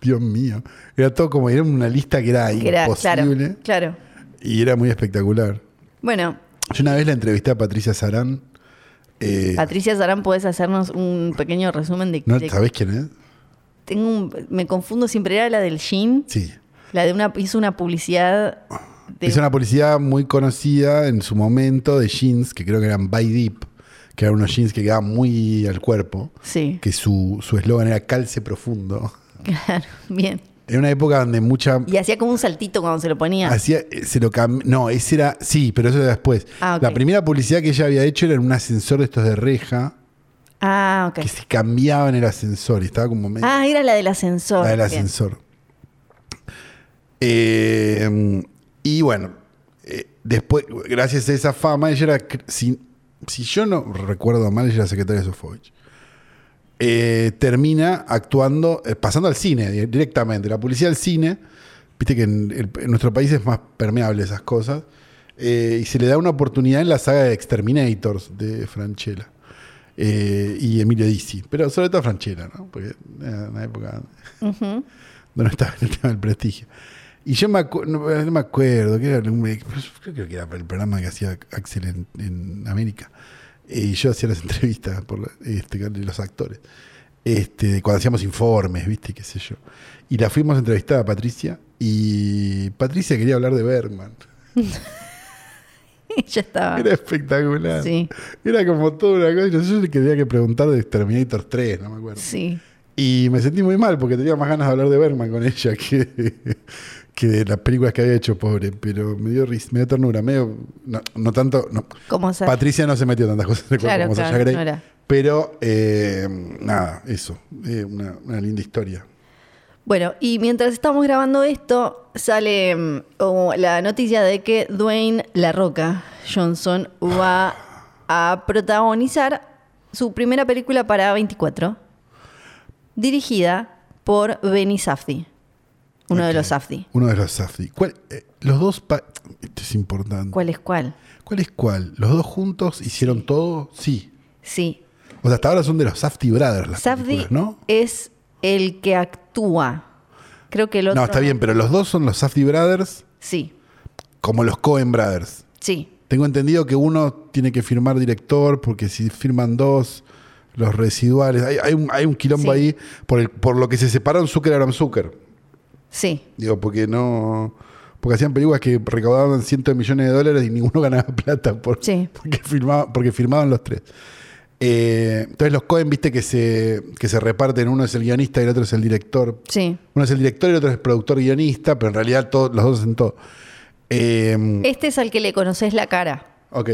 Speaker 2: Dios mío. Era todo como, era una lista que era
Speaker 1: Que era-
Speaker 2: imposible.
Speaker 1: Claro, claro.
Speaker 2: Y era muy espectacular.
Speaker 1: Bueno,
Speaker 2: Yo una vez la entrevisté a Patricia Sarán. eh,
Speaker 1: Patricia Sarán, ¿podés hacernos un pequeño resumen de,
Speaker 2: ¿no
Speaker 1: de-
Speaker 2: ¿Sabés quién es?
Speaker 1: tengo un- me confundo siempre era la del jean,
Speaker 2: Sí.
Speaker 1: la de una hizo una publicidad de
Speaker 2: Es una publicidad muy conocida en su momento de jeans, que creo que eran By Deep, que eran unos jeans que quedaban muy al cuerpo,
Speaker 1: Sí.
Speaker 2: que su su eslogan era calce profundo.
Speaker 1: Claro, bien.
Speaker 2: Era una época donde mucha...
Speaker 1: Y hacía como un saltito cuando se lo ponía.
Speaker 2: Hacía, eh, se lo cam- No, ese era... Sí, pero eso era después.
Speaker 1: Ah, ok.
Speaker 2: La primera publicidad que ella había hecho era en un ascensor de estos de reja,
Speaker 1: Ah, ok.
Speaker 2: que se cambiaba en el ascensor y estaba como medio...
Speaker 1: Ah, era la del ascensor.
Speaker 2: La del
Speaker 1: Bien.
Speaker 2: ascensor. Eh, y bueno, eh, después, gracias a esa fama, ella era, cr- si, si yo no recuerdo mal, ella era secretaria de Sofovich. Eh, termina actuando, eh, pasando al cine di- directamente, la policía al cine, viste que en, el- en nuestro país es más permeable esas cosas, eh, y se le da una oportunidad en la saga de Exterminators de Franchella eh, y Emilio Dizzi, pero sobre todo Franchella, ¿no? porque era una época
Speaker 1: Ujú.
Speaker 2: no [LAUGHS] estaba en el tema del prestigio. Y yo me, acu- no, no me acuerdo, que era algún- creo que era el programa que hacía Axel en, en América. Eh, Y yo hacía las [LAUGHS] entrevistas por la- este, de los actores. Este, cuando hacíamos informes, ¿viste? ¿Qué sé yo? Y la fuimos a entrevistar a Patricia. Y Patricia quería hablar de Bergman.
Speaker 1: [LAUGHS] ya estaba.
Speaker 2: Era espectacular.
Speaker 1: Ah. Sí.
Speaker 2: Era como toda una cosa. Yo le quería que preguntar de Terminator 3, no me acuerdo.
Speaker 1: Sí.
Speaker 2: Y me sentí muy mal porque tenía más ganas de hablar de Berman con ella que, [LAUGHS] que de las películas que había hecho, pobre. Pero me dio risa, me dio ternura. Medio, no, no tanto. no.
Speaker 1: Como se
Speaker 2: Patricia no se metió tantas cosas en el cuerpo
Speaker 1: Claro,
Speaker 2: como Sasha
Speaker 1: claro,
Speaker 2: Grey.
Speaker 1: no era.
Speaker 2: Pero eh, nada, eso. Eh, una, una linda historia.
Speaker 1: Bueno, y mientras estamos grabando esto, sale mm, como la noticia de que Dwayne La Roca Johnson va a protagonizar su primera película para 24, dirigida por Benny Safdie, uno de
Speaker 2: Ok.
Speaker 1: los Safdie.
Speaker 2: Uno de los Safdie. ¿Cuál, eh, los dos. pa- Esto es importante. ¿Cuál?
Speaker 1: ¿Cuál es cuál?
Speaker 2: es cuál? ¿Los dos juntos hicieron todo? Sí.
Speaker 1: Sí,
Speaker 2: O sea, hasta ahora son de los Safdie Brothers las
Speaker 1: Safdie
Speaker 2: películas, ¿no?
Speaker 1: es el que actúa. Creo que el otro.
Speaker 2: No, está bien, pero los dos son los Safdie Brothers
Speaker 1: Sí,
Speaker 2: como los Cohen Brothers.
Speaker 1: sí.
Speaker 2: Tengo entendido que uno tiene que firmar director porque si firman dos, los residuales. Hay, hay un, hay un quilombo
Speaker 1: Sí.
Speaker 2: ahí por, el- por lo que se separaron Zucker y Abraham Zucker.
Speaker 1: Sí,
Speaker 2: Digo, porque no. Porque hacían películas que recaudaban cientos de millones de dólares y ninguno [LAUGHS] ganaba plata por,
Speaker 1: Sí.
Speaker 2: porque, firmaba- porque firmaban los tres. Eh, entonces los Cohen, viste, que se, que se reparten. Uno es el guionista y el otro es el director.
Speaker 1: sí.
Speaker 2: Uno es el director y el otro es productor guionista, pero en realidad todos, los dos hacen todo. Eh,
Speaker 1: Este es al que le conoces la cara.
Speaker 2: ok.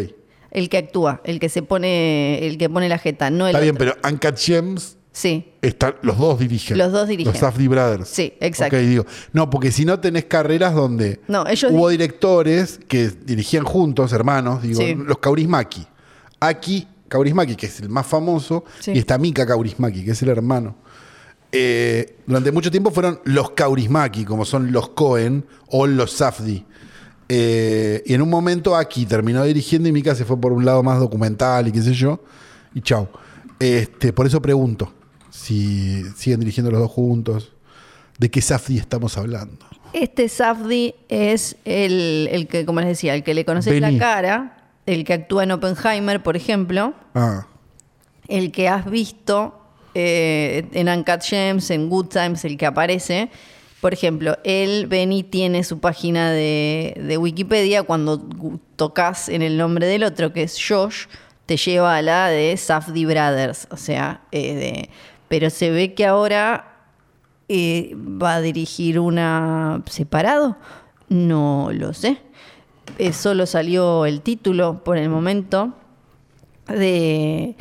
Speaker 1: El que actúa, el que se pone, el que pone la jeta, no el
Speaker 2: Está bien,
Speaker 1: otro.
Speaker 2: pero Uncut Gems,
Speaker 1: Sí,
Speaker 2: está, los dos dirigen.
Speaker 1: Los dos dirigen.
Speaker 2: Los Safdie Brothers.
Speaker 1: Sí, exacto.
Speaker 2: Ok, digo. No, porque si no tenés carreras donde
Speaker 1: No, ellos
Speaker 2: hubo directores que dirigían juntos, hermanos, digo,
Speaker 1: Sí.
Speaker 2: los Kaurismaki. Aki Kaurismaki, que es el más famoso,
Speaker 1: Sí.
Speaker 2: y está Mika Kaurismaki, que es el hermano. Eh, durante mucho tiempo fueron los Kaurismaki, como son los Cohen o los Safdi. y en un momento Aki terminó dirigiendo y Mika se fue por un lado más documental y qué sé yo. Y chau. Este, por eso pregunto si siguen dirigiendo los dos juntos. ¿De qué Safdi estamos hablando?
Speaker 1: este Safdi es el, el que, como les decía, el que le conoces
Speaker 2: Benny.
Speaker 1: la cara, el que actúa en Oppenheimer, por ejemplo,
Speaker 2: Ah,
Speaker 1: el que has visto eh, en Uncut Gems, en Good Times, el que aparece. Por ejemplo, él, Benny, tiene su página de, de Wikipedia. Cuando gu- tocas en el nombre del otro, que es Josh, te lleva a la de Safdie Brothers. O sea, eh, de- pero se ve que ahora eh, va a dirigir una separado. No lo sé. Eh, solo salió el título por el momento de,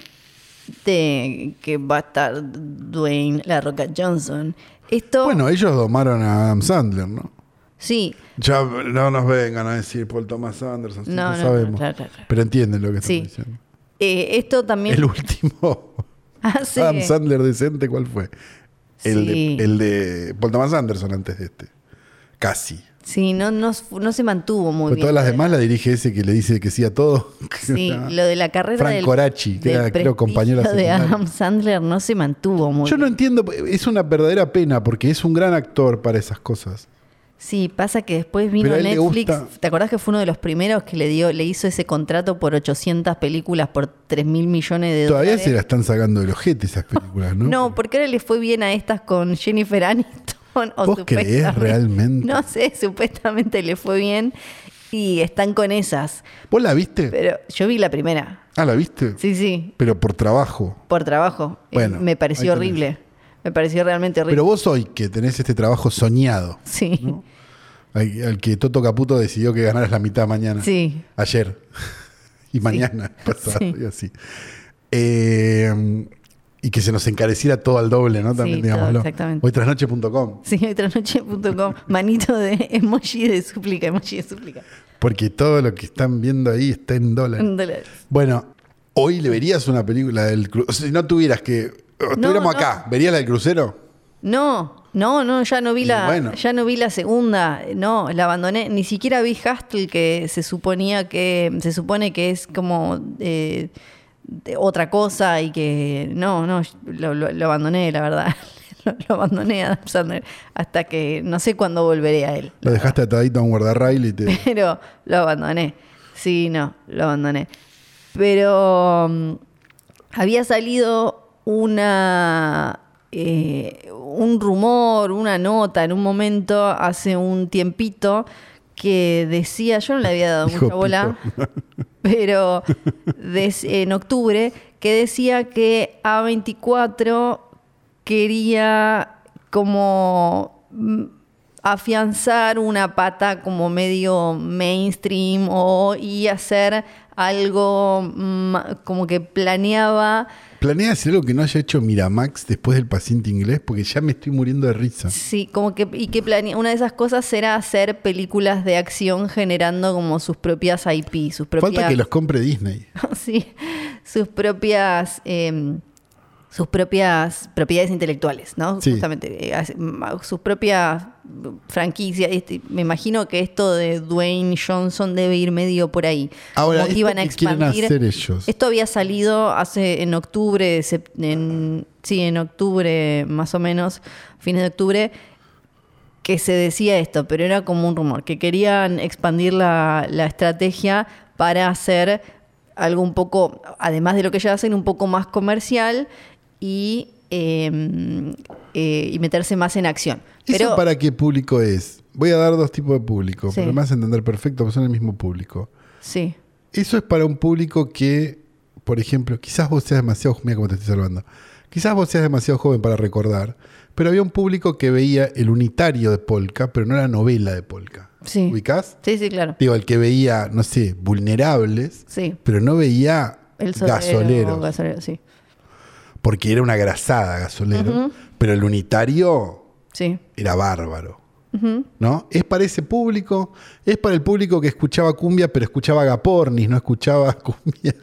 Speaker 1: de que va a estar Dwayne La Roca Johnson. Esto,
Speaker 2: Bueno, ellos domaron a Adam Sandler, ¿no?
Speaker 1: sí,
Speaker 2: Ya no nos vengan a decir Paul Thomas Anderson, sí,
Speaker 1: No,
Speaker 2: no,
Speaker 1: no,
Speaker 2: sabemos.
Speaker 1: no, claro, claro, claro.
Speaker 2: Pero entienden lo que estamos
Speaker 1: Sí.
Speaker 2: diciendo.
Speaker 1: eh, esto también
Speaker 2: [LAUGHS] El último
Speaker 1: [LAUGHS]
Speaker 2: [LAUGHS]
Speaker 1: hace-
Speaker 2: Adam Sandler decente, ¿cuál fue? El,
Speaker 1: Ah, Sí.
Speaker 2: de, el de Paul Thomas Anderson antes de este. Casi.
Speaker 1: sí, no, no, no se mantuvo muy
Speaker 2: Pero
Speaker 1: bien.
Speaker 2: todas las demás la dirige ese que le dice que sí a todo. [LAUGHS]
Speaker 1: Sí, lo de la carrera
Speaker 2: Frank
Speaker 1: del,
Speaker 2: Coraci, que
Speaker 1: del
Speaker 2: era, creo, compañero de la
Speaker 1: prestigio de
Speaker 2: secundaria.
Speaker 1: Adam Sandler no se mantuvo muy
Speaker 2: Yo no
Speaker 1: bien.
Speaker 2: entiendo, es una verdadera pena porque es un gran actor para esas cosas.
Speaker 1: Sí, pasa que después
Speaker 2: Pero
Speaker 1: vino
Speaker 2: a él le
Speaker 1: Netflix.
Speaker 2: gusta-
Speaker 1: ¿Te acordás que fue uno de los primeros que le dio, le hizo ese contrato por 800 películas por 3 mil millones de
Speaker 2: Todavía
Speaker 1: dólares?
Speaker 2: se la están sacando del ojete esas películas, ¿no?
Speaker 1: No, porque ahora le fue bien a estas con Jennifer Aniston. O
Speaker 2: ¿Vos creés
Speaker 1: supuestamente-
Speaker 2: realmente?
Speaker 1: No sé, supuestamente le fue bien y están con esas.
Speaker 2: ¿Vos la viste?
Speaker 1: Pero yo vi la primera.
Speaker 2: ah, ¿la viste?
Speaker 1: Sí, sí,
Speaker 2: Pero por trabajo.
Speaker 1: por trabajo. Y
Speaker 2: Bueno,
Speaker 1: me pareció
Speaker 2: ahí tenés.
Speaker 1: horrible. Me pareció realmente horrible.
Speaker 2: Pero vos hoy que tenés este trabajo soñado,
Speaker 1: sí,
Speaker 2: al, al que Toto Caputo decidió que ganaras la mitad mañana,
Speaker 1: sí.
Speaker 2: ayer y mañana, pasado
Speaker 1: Sí.
Speaker 2: y así. Eh, y que se nos encareciera todo al doble, ¿no? También,
Speaker 1: Sí, todo,
Speaker 2: digámoslo.
Speaker 1: exactamente.
Speaker 2: Hoy trasnoche.com.
Speaker 1: Sí, otranoche.com, manito de emoji de súplica, emoji de súplica.
Speaker 2: Porque todo lo que están viendo ahí está en dólares.
Speaker 1: Un dólar.
Speaker 2: Bueno, hoy le verías una película del crucero. si no tuvieras que. o Estuviéramos
Speaker 1: no.
Speaker 2: acá, ¿verías la del crucero?
Speaker 1: No, no, no, ya no vi
Speaker 2: Y
Speaker 1: la,
Speaker 2: bueno.
Speaker 1: ya no vi la segunda, no, la abandoné, ni siquiera vi Hustle que se suponía que, se supone que es como eh, de otra cosa y que no, no, lo, lo- lo abandoné, la verdad, [LAUGHS] lo, lo abandoné a Adam Sandler hasta que no sé cuándo volveré a él.
Speaker 2: Lo dejaste atadito a un guardarrail y te.
Speaker 1: [LAUGHS] pero lo abandoné. Sí, no, lo abandoné. Pero mm, había salido una eh, un rumor, una nota en un momento hace un tiempito que decía, yo no le había dado
Speaker 2: Dijo
Speaker 1: mucha bola,
Speaker 2: Pito.
Speaker 1: [LAUGHS] pero des- en octubre, que decía que A24 quería como mm, afianzar una pata como medio mainstream o y hacer algo ma- como que planeaba
Speaker 2: ¿Planea hacer algo que no haya hecho Miramax después del paciente inglés? Porque ya me estoy muriendo de risa.
Speaker 1: Sí, como que y que planea, una de esas cosas era hacer películas de acción generando como sus propias IP, sus propias
Speaker 2: Falta que los compre Disney.
Speaker 1: [LAUGHS] sí, sus propias eh, sus propias propiedades intelectuales, ¿no?
Speaker 2: Sí.
Speaker 1: Justamente eh, hace- ma- sus propias eh, franquicias. Este, me imagino que esto de Dwayne Johnson debe ir medio por ahí.
Speaker 2: Ahora,
Speaker 1: Como que
Speaker 2: ¿esto
Speaker 1: iban a
Speaker 2: qué quieren
Speaker 1: expandir.
Speaker 2: hacer ellos?
Speaker 1: Esto había salido hace en octubre, sep- en, sí, en octubre más o menos, fines de octubre, que se decía esto, pero era como un rumor, que querían expandir la, la estrategia para hacer algo un poco, además de lo que ya hacen, un poco más comercial y, eh, eh, y meterse más en acción.
Speaker 2: ¿Eso
Speaker 1: Pero
Speaker 2: para qué público es? Voy a dar dos tipos de público,
Speaker 1: Sí.
Speaker 2: pero me vas a entender perfecto, porque son el mismo público.
Speaker 1: sí,
Speaker 2: Eso es para un público que, por ejemplo, quizás vos seas demasiado, mira cómo te estoy salvando, quizás vos seas demasiado joven para recordar, pero había un público que veía el unitario de Polka, pero no la novela de Polka.
Speaker 1: Sí.
Speaker 2: ¿Ubicás?
Speaker 1: sí, sí, claro.
Speaker 2: Digo, el que veía, no sé, vulnerables,
Speaker 1: Sí,
Speaker 2: pero no veía
Speaker 1: el solero,
Speaker 2: gasolero,
Speaker 1: gasolero, sí.
Speaker 2: porque era una grasada gasolero, pero el unitario
Speaker 1: Sí.
Speaker 2: era bárbaro. ¿No? Es para ese público, es para el público que escuchaba cumbia, pero escuchaba gapornis, no escuchaba [LAUGHS] cumbia.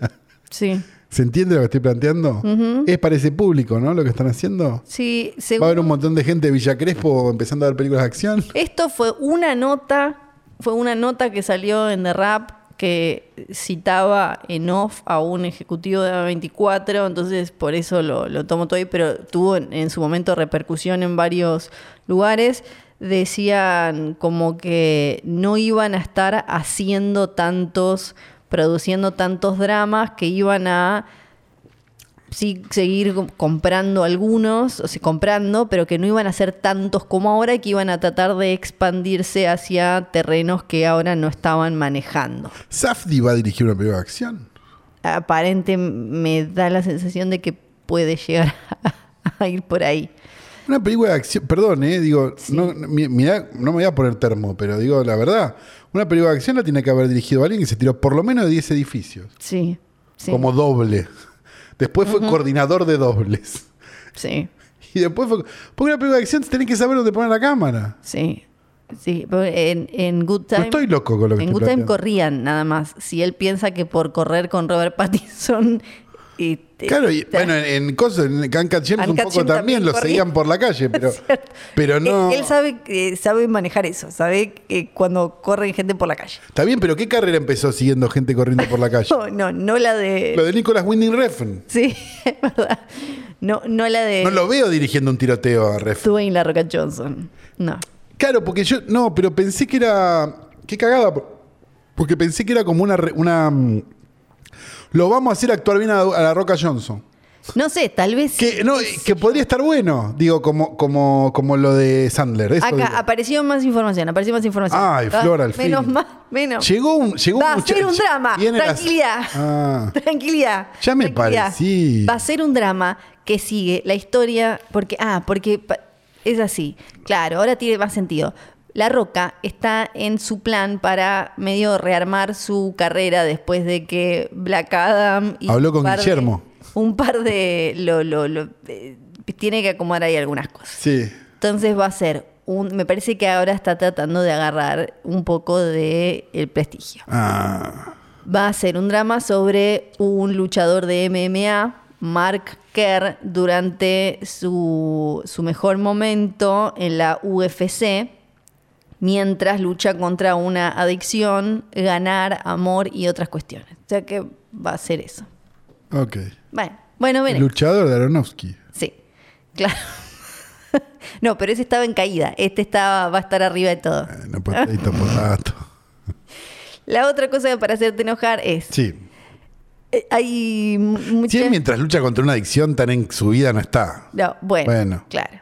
Speaker 1: Sí.
Speaker 2: ¿Se entiende lo que estoy planteando? Es para ese público, ¿no? Lo que están haciendo.
Speaker 1: Sí,
Speaker 2: Va a
Speaker 1: según
Speaker 2: haber un montón de gente de Villa Crespo empezando a ver películas de acción.
Speaker 1: Esto fue una nota, fue una nota que salió en The Rap que citaba en off a un ejecutivo de A24, entonces por eso lo, lo tomo todo ahí, pero tuvo en, en su momento repercusión en varios lugares. Decían como que no iban a estar haciendo tantos, produciendo tantos dramas, que iban a sí seguir com- comprando algunos, o sea, comprando, pero que no iban a ser tantos como ahora y que iban a tratar de expandirse hacia terrenos que ahora no estaban manejando.
Speaker 2: Safdi va a dirigir una película de acción.
Speaker 1: Aparente me da la sensación de que puede llegar [LAUGHS] a, ir por ahí.
Speaker 2: Una película de acción, perdón, ¿eh? Digo, no, no, mi- mirá, no me voy a poner termo, pero digo la verdad, una película de acción la tiene que haber dirigido alguien que se tiró por lo menos de 10 edificios.
Speaker 1: Sí, sí.
Speaker 2: como doble. Después fue coordinador de dobles. [LAUGHS]
Speaker 1: Sí,
Speaker 2: Y después fue. Porque una película de acción tenés que saber dónde poner la cámara.
Speaker 1: sí. Sí, pero en, en Good
Speaker 2: No
Speaker 1: Time.
Speaker 2: estoy loco con lo que
Speaker 1: en
Speaker 2: estoy
Speaker 1: Good Time
Speaker 2: planteando.
Speaker 1: corrían nada más. Si él piensa que por correr con Robert [LAUGHS] Pattinson. Y,
Speaker 2: Claro, y, bueno, en, en cosas, en Uncut Gems un
Speaker 1: Uncut
Speaker 2: poco
Speaker 1: Gems
Speaker 2: también,
Speaker 1: también
Speaker 2: lo
Speaker 1: corría.
Speaker 2: seguían por
Speaker 1: [LAUGHS]
Speaker 2: la calle, pero,
Speaker 1: cierto.
Speaker 2: pero no.
Speaker 1: Él, él sabe, que- sabe manejar eso, sabe que cuando corren gente por la calle.
Speaker 2: Está bien, pero ¿qué carrera empezó siguiendo gente corriendo por
Speaker 1: [LAUGHS]
Speaker 2: la calle?
Speaker 1: No, no, no la de.
Speaker 2: Lo de Nicolas Winding Refn.
Speaker 1: Sí, [LAUGHS] es verdad. No, no la de
Speaker 2: No lo veo dirigiendo un tiroteo a Refn.
Speaker 1: Dwayne La Roca Johnson. No.
Speaker 2: Claro, porque yo. No, pero pensé que era. Qué cagada. por- Porque pensé que era como una. re- una mm, lo vamos a hacer actuar bien a, a la Roca Johnson.
Speaker 1: No sé, tal vez.
Speaker 2: Que, no, que podría estar bueno, digo, como, como, como lo de Sandler. eso
Speaker 1: Acá
Speaker 2: digo.
Speaker 1: apareció más información, apareció más información. Ah,
Speaker 2: Ay, Flor, al
Speaker 1: Menos
Speaker 2: fin.
Speaker 1: mal, menos.
Speaker 2: Llegó un, llegó
Speaker 1: Va a
Speaker 2: mucha-
Speaker 1: ser un drama.
Speaker 2: viene la-
Speaker 1: Tranquilidad.
Speaker 2: Ah,
Speaker 1: [LAUGHS] Tranquilidad.
Speaker 2: Ya me
Speaker 1: tranquilidad.
Speaker 2: parecí.
Speaker 1: Va a ser un drama que sigue la historia. Porque, ah, porque pa- es así. Claro, ahora tiene más sentido. La Roca está en su plan para medio rearmar su carrera después de que Black Adam.
Speaker 2: Habló con
Speaker 1: un par de-
Speaker 2: Guillermo.
Speaker 1: un par de. Lo, lo- lo- eh, tiene que acomodar ahí algunas cosas.
Speaker 2: sí.
Speaker 1: Entonces va a ser. Un, me parece que ahora está tratando de agarrar un poco de el prestigio
Speaker 2: Ah.
Speaker 1: va a ser un drama sobre un luchador de MMA, Mark Kerr, durante su, su mejor momento en la UFC, mientras lucha contra una adicción, ganar, amor y otras cuestiones. O sea que va a ser eso.
Speaker 2: Ok.
Speaker 1: Bueno, bueno,
Speaker 2: El
Speaker 1: veremos.
Speaker 2: luchador de Aronofsky.
Speaker 1: Sí, claro. [LAUGHS] no, pero ese estaba en caída. Este estaba, va a estar arriba de todo.
Speaker 2: Eh, No patito, potato.
Speaker 1: La otra cosa para hacerte enojar es...
Speaker 2: Sí.
Speaker 1: eh, hay mu-
Speaker 2: Si
Speaker 1: mucha...
Speaker 2: él mientras lucha contra una adicción tan en su vida no está.
Speaker 1: No, bueno,
Speaker 2: Bueno.
Speaker 1: claro.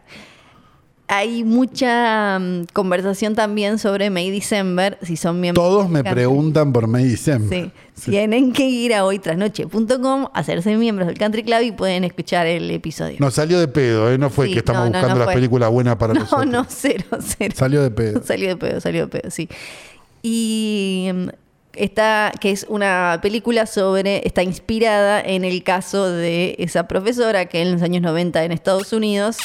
Speaker 1: hay mucha mm, conversación también sobre May December, si son miembros.
Speaker 2: Todos me
Speaker 1: Country.
Speaker 2: preguntan por May December.
Speaker 1: Sí. Tienen que ir a hoytrasnoche.com, hacerse miembros del Country Club y pueden escuchar el episodio.
Speaker 2: No, salió de pedo, ¿eh? No fue
Speaker 1: Sí,
Speaker 2: que estamos
Speaker 1: no, no,
Speaker 2: buscando
Speaker 1: no
Speaker 2: las
Speaker 1: fue.
Speaker 2: películas buenas para
Speaker 1: no,
Speaker 2: nosotros.
Speaker 1: no, cero, cero.
Speaker 2: Salió de
Speaker 1: [LAUGHS]
Speaker 2: pedo.
Speaker 1: Salió de pedo, salió de pedo, sí. Y mm, está, que es una película sobre, está inspirada en el caso de esa profesora que en los años 90 en Estados Unidos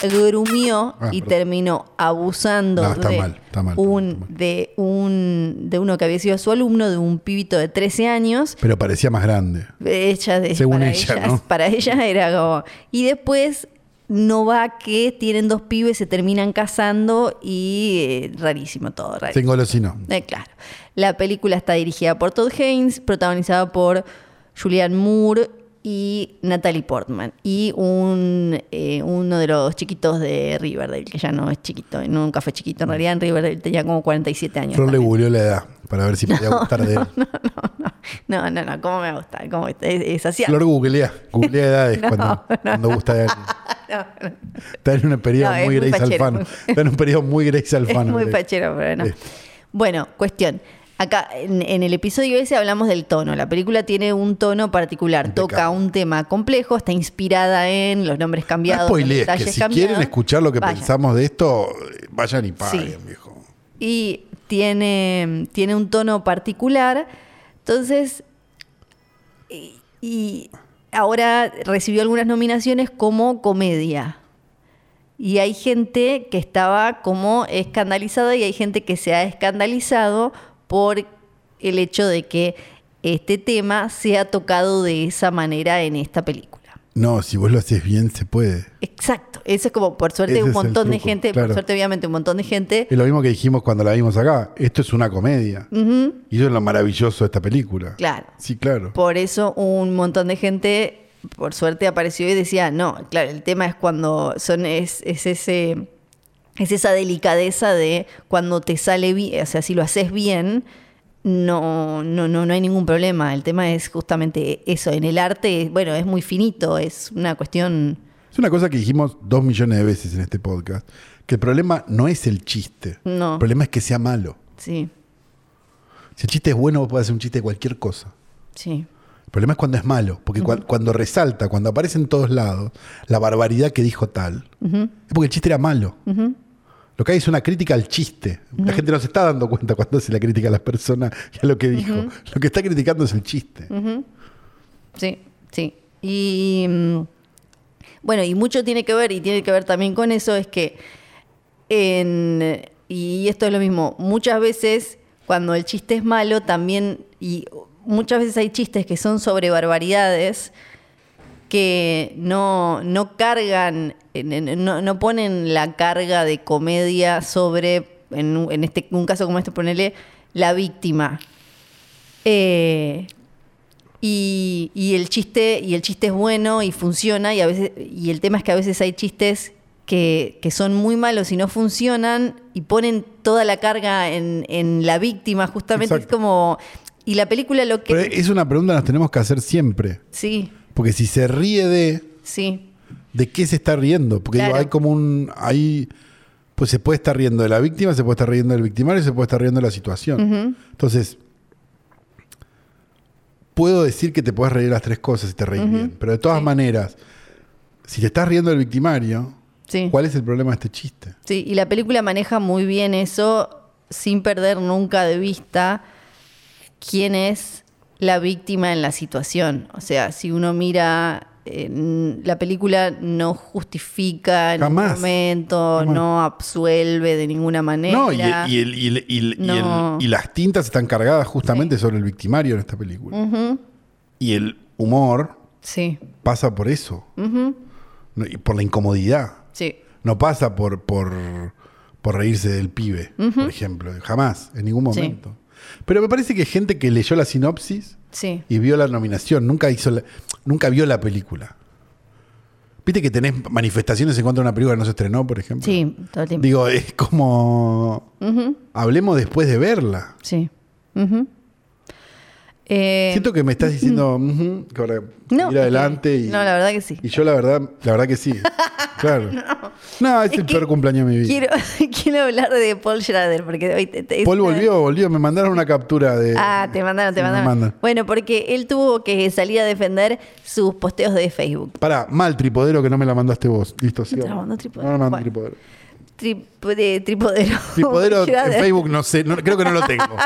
Speaker 1: grumió
Speaker 2: Ah,
Speaker 1: y
Speaker 2: perdón.
Speaker 1: terminó abusando
Speaker 2: No, está
Speaker 1: de,
Speaker 2: mal, está mal,
Speaker 1: un,
Speaker 2: está mal.
Speaker 1: De, un, de uno que había sido su alumno, de un pibito de 13 años,
Speaker 2: Pero parecía más grande.
Speaker 1: ella, de-
Speaker 2: Según
Speaker 1: para
Speaker 2: ella,
Speaker 1: ellas-
Speaker 2: ¿no?
Speaker 1: [LAUGHS] Para ella era como... Y después no va que tienen dos pibes, se terminan casando y eh, rarísimo todo,
Speaker 2: Se
Speaker 1: rarísimo.
Speaker 2: engolosinó.
Speaker 1: Eh, claro. La película está dirigida por Todd Haynes, protagonizada por Julianne Moore y Natalie Portman. Y un, eh, uno de los chiquitos de Riverdale, que ya no es chiquito, nunca fue chiquito. En
Speaker 2: Mm.
Speaker 1: realidad en Riverdale tenía como 47 años.
Speaker 2: Flor le
Speaker 1: también. [LAUGHS]
Speaker 2: googleó la edad para ver si podía gustar de él.
Speaker 1: No, no, no, cómo me gusta, cómo está, es, es asiático.
Speaker 2: Flor googlea, googlea
Speaker 1: [LAUGHS]
Speaker 2: edades cuando, cuando gusta de alguien. Está en un periodo
Speaker 1: No, es
Speaker 2: muy
Speaker 1: muy
Speaker 2: Grace
Speaker 1: fachero.
Speaker 2: Alfano. Está en un periodo muy Grace Alfano.
Speaker 1: Es muy
Speaker 2: Grace.
Speaker 1: pachero, pero no.
Speaker 2: Sí.
Speaker 1: Bueno, cuestión. Acá, en, en el episodio ese hablamos del tono. La película tiene un tono particular.
Speaker 2: Impecable.
Speaker 1: Toca un tema complejo, está inspirada en los nombres
Speaker 2: No
Speaker 1: cambiados. los
Speaker 2: spoilees, que
Speaker 1: detalles
Speaker 2: si
Speaker 1: cambiados.
Speaker 2: quieren escuchar lo que
Speaker 1: Vayan.
Speaker 2: pensamos de esto, eh, vayan y paguen,
Speaker 1: Sí.
Speaker 2: viejo.
Speaker 1: Y tiene, tiene un tono particular. Entonces, y, y ahora recibió algunas nominaciones como comedia. Y hay gente que estaba como escandalizada y hay gente que se ha escandalizado por el hecho de que este tema sea tocado de esa manera en esta película.
Speaker 2: No, si vos lo haces bien, se puede.
Speaker 1: Exacto. Eso es como, por suerte,
Speaker 2: Ese
Speaker 1: un
Speaker 2: es el
Speaker 1: montón de
Speaker 2: truco,
Speaker 1: gente,
Speaker 2: claro.
Speaker 1: por suerte, obviamente, un montón de gente.
Speaker 2: Es lo mismo que dijimos cuando la vimos acá. Esto es una comedia. Y eso es lo maravilloso de esta película.
Speaker 1: Claro.
Speaker 2: Sí, claro.
Speaker 1: Por eso un montón de gente, por suerte, apareció y decía, no, claro, el tema es cuando son, es, es ese. Es esa delicadeza de cuando te sale bien, o sea, si lo haces bien, no, no, no, no hay ningún problema. El tema es justamente eso. En el arte, bueno, es muy finito, es una cuestión.
Speaker 2: Es una cosa que dijimos dos millones de veces en este podcast. Que el problema no es el chiste.
Speaker 1: No.
Speaker 2: El problema es que sea malo.
Speaker 1: Sí,
Speaker 2: Si el chiste es bueno, vos podés hacer un chiste de cualquier cosa.
Speaker 1: sí.
Speaker 2: El problema es cuando es malo, porque cua- cuando resalta, cuando aparece en todos lados la barbaridad que dijo tal, es porque el chiste era malo. Lo que hay es una crítica al chiste. La gente no se está dando cuenta cuando hace la crítica a las personas y a lo que dijo. Lo que está criticando es el chiste.
Speaker 1: Sí, sí. Y mm, bueno, y mucho tiene que ver, y tiene que ver también con eso, es que en, y esto es lo mismo, muchas veces cuando el chiste es malo también, y muchas veces hay chistes que son sobre barbaridades que no, no cargan, en- en- no, no ponen la carga de comedia sobre, en, un- en este, un caso como este, ponele, la víctima. Eh, y, y el chiste y el chiste es bueno y funciona y a veces y el tema es que a veces hay chistes que, que son muy malos y no funcionan y ponen toda la carga en, en la víctima justamente
Speaker 2: Exacto.
Speaker 1: es como y la película lo que
Speaker 2: Pero es una pregunta que nos tenemos que hacer siempre.
Speaker 1: sí
Speaker 2: Porque si se ríe de,
Speaker 1: sí
Speaker 2: ¿de qué se está riendo? Porque digo,
Speaker 1: Claro.
Speaker 2: hay como un. Hay, pues se puede estar riendo de la víctima, se puede estar riendo del victimario, se puede estar riendo de la situación. Entonces, puedo decir que te puedes reír las tres cosas si te reís bien. Pero de todas maneras, si te estás riendo del victimario,
Speaker 1: sí
Speaker 2: ¿cuál es el problema de este chiste?
Speaker 1: Sí, y la película maneja muy bien eso sin perder nunca de vista quién es la víctima en la situación. O sea, si uno mira eh, la película no justifica en
Speaker 2: Jamás.
Speaker 1: ningún momento,
Speaker 2: Jamás.
Speaker 1: no absuelve de ninguna manera.
Speaker 2: No, y, e, y el- y el- y el- y el-
Speaker 1: No.
Speaker 2: y las tintas están cargadas justamente sobre el victimario en esta película. Y el humor
Speaker 1: Sí,
Speaker 2: pasa por eso. No, Y por la incomodidad.
Speaker 1: sí.
Speaker 2: No pasa por, por, por reírse del pibe, por ejemplo. Jamás, en ningún
Speaker 1: Sí.
Speaker 2: momento. Pero me parece que gente que leyó la sinopsis
Speaker 1: Sí,
Speaker 2: y vio la nominación, nunca, hizo la- nunca vio la película. ¿Viste que tenés manifestaciones en contra de una película que no se estrenó, por ejemplo?
Speaker 1: sí, todo el tiempo.
Speaker 2: Digo, es como... Hablemos después de verla.
Speaker 1: Sí. Ujú. Eh, mm.
Speaker 2: Siento que me estás diciendo ujú, que ahora
Speaker 1: no,
Speaker 2: ir adelante y,
Speaker 1: No, la verdad que sí. [LAUGHS]
Speaker 2: y yo la verdad, la verdad que sí. Claro. No, es,
Speaker 1: Es
Speaker 2: el
Speaker 1: que
Speaker 2: peor cumpleaños de mi vida.
Speaker 1: Quiero, [LAUGHS] quiero hablar de Paul Schrader, porque hoy te, te-
Speaker 2: Paul volvió, volvió. Me mandaron una captura de.
Speaker 1: Este- Ah, te mandaron, te
Speaker 2: Me
Speaker 1: mandaron.
Speaker 2: mandan.
Speaker 1: Bueno, porque él tuvo que salir a defender sus posteos de Facebook.
Speaker 2: Pará, mal tripodero que no me la mandaste vos. Listo, sí.
Speaker 1: No te la mandó Tripodero.
Speaker 2: No me mandó
Speaker 1: Bueno.
Speaker 2: tripodero.
Speaker 1: Tri- de- tripodero. [LAUGHS]
Speaker 2: Tripodero en
Speaker 1: Schrader.
Speaker 2: Facebook no sé, no- creo que no
Speaker 1: [LAUGHS]
Speaker 2: lo tengo.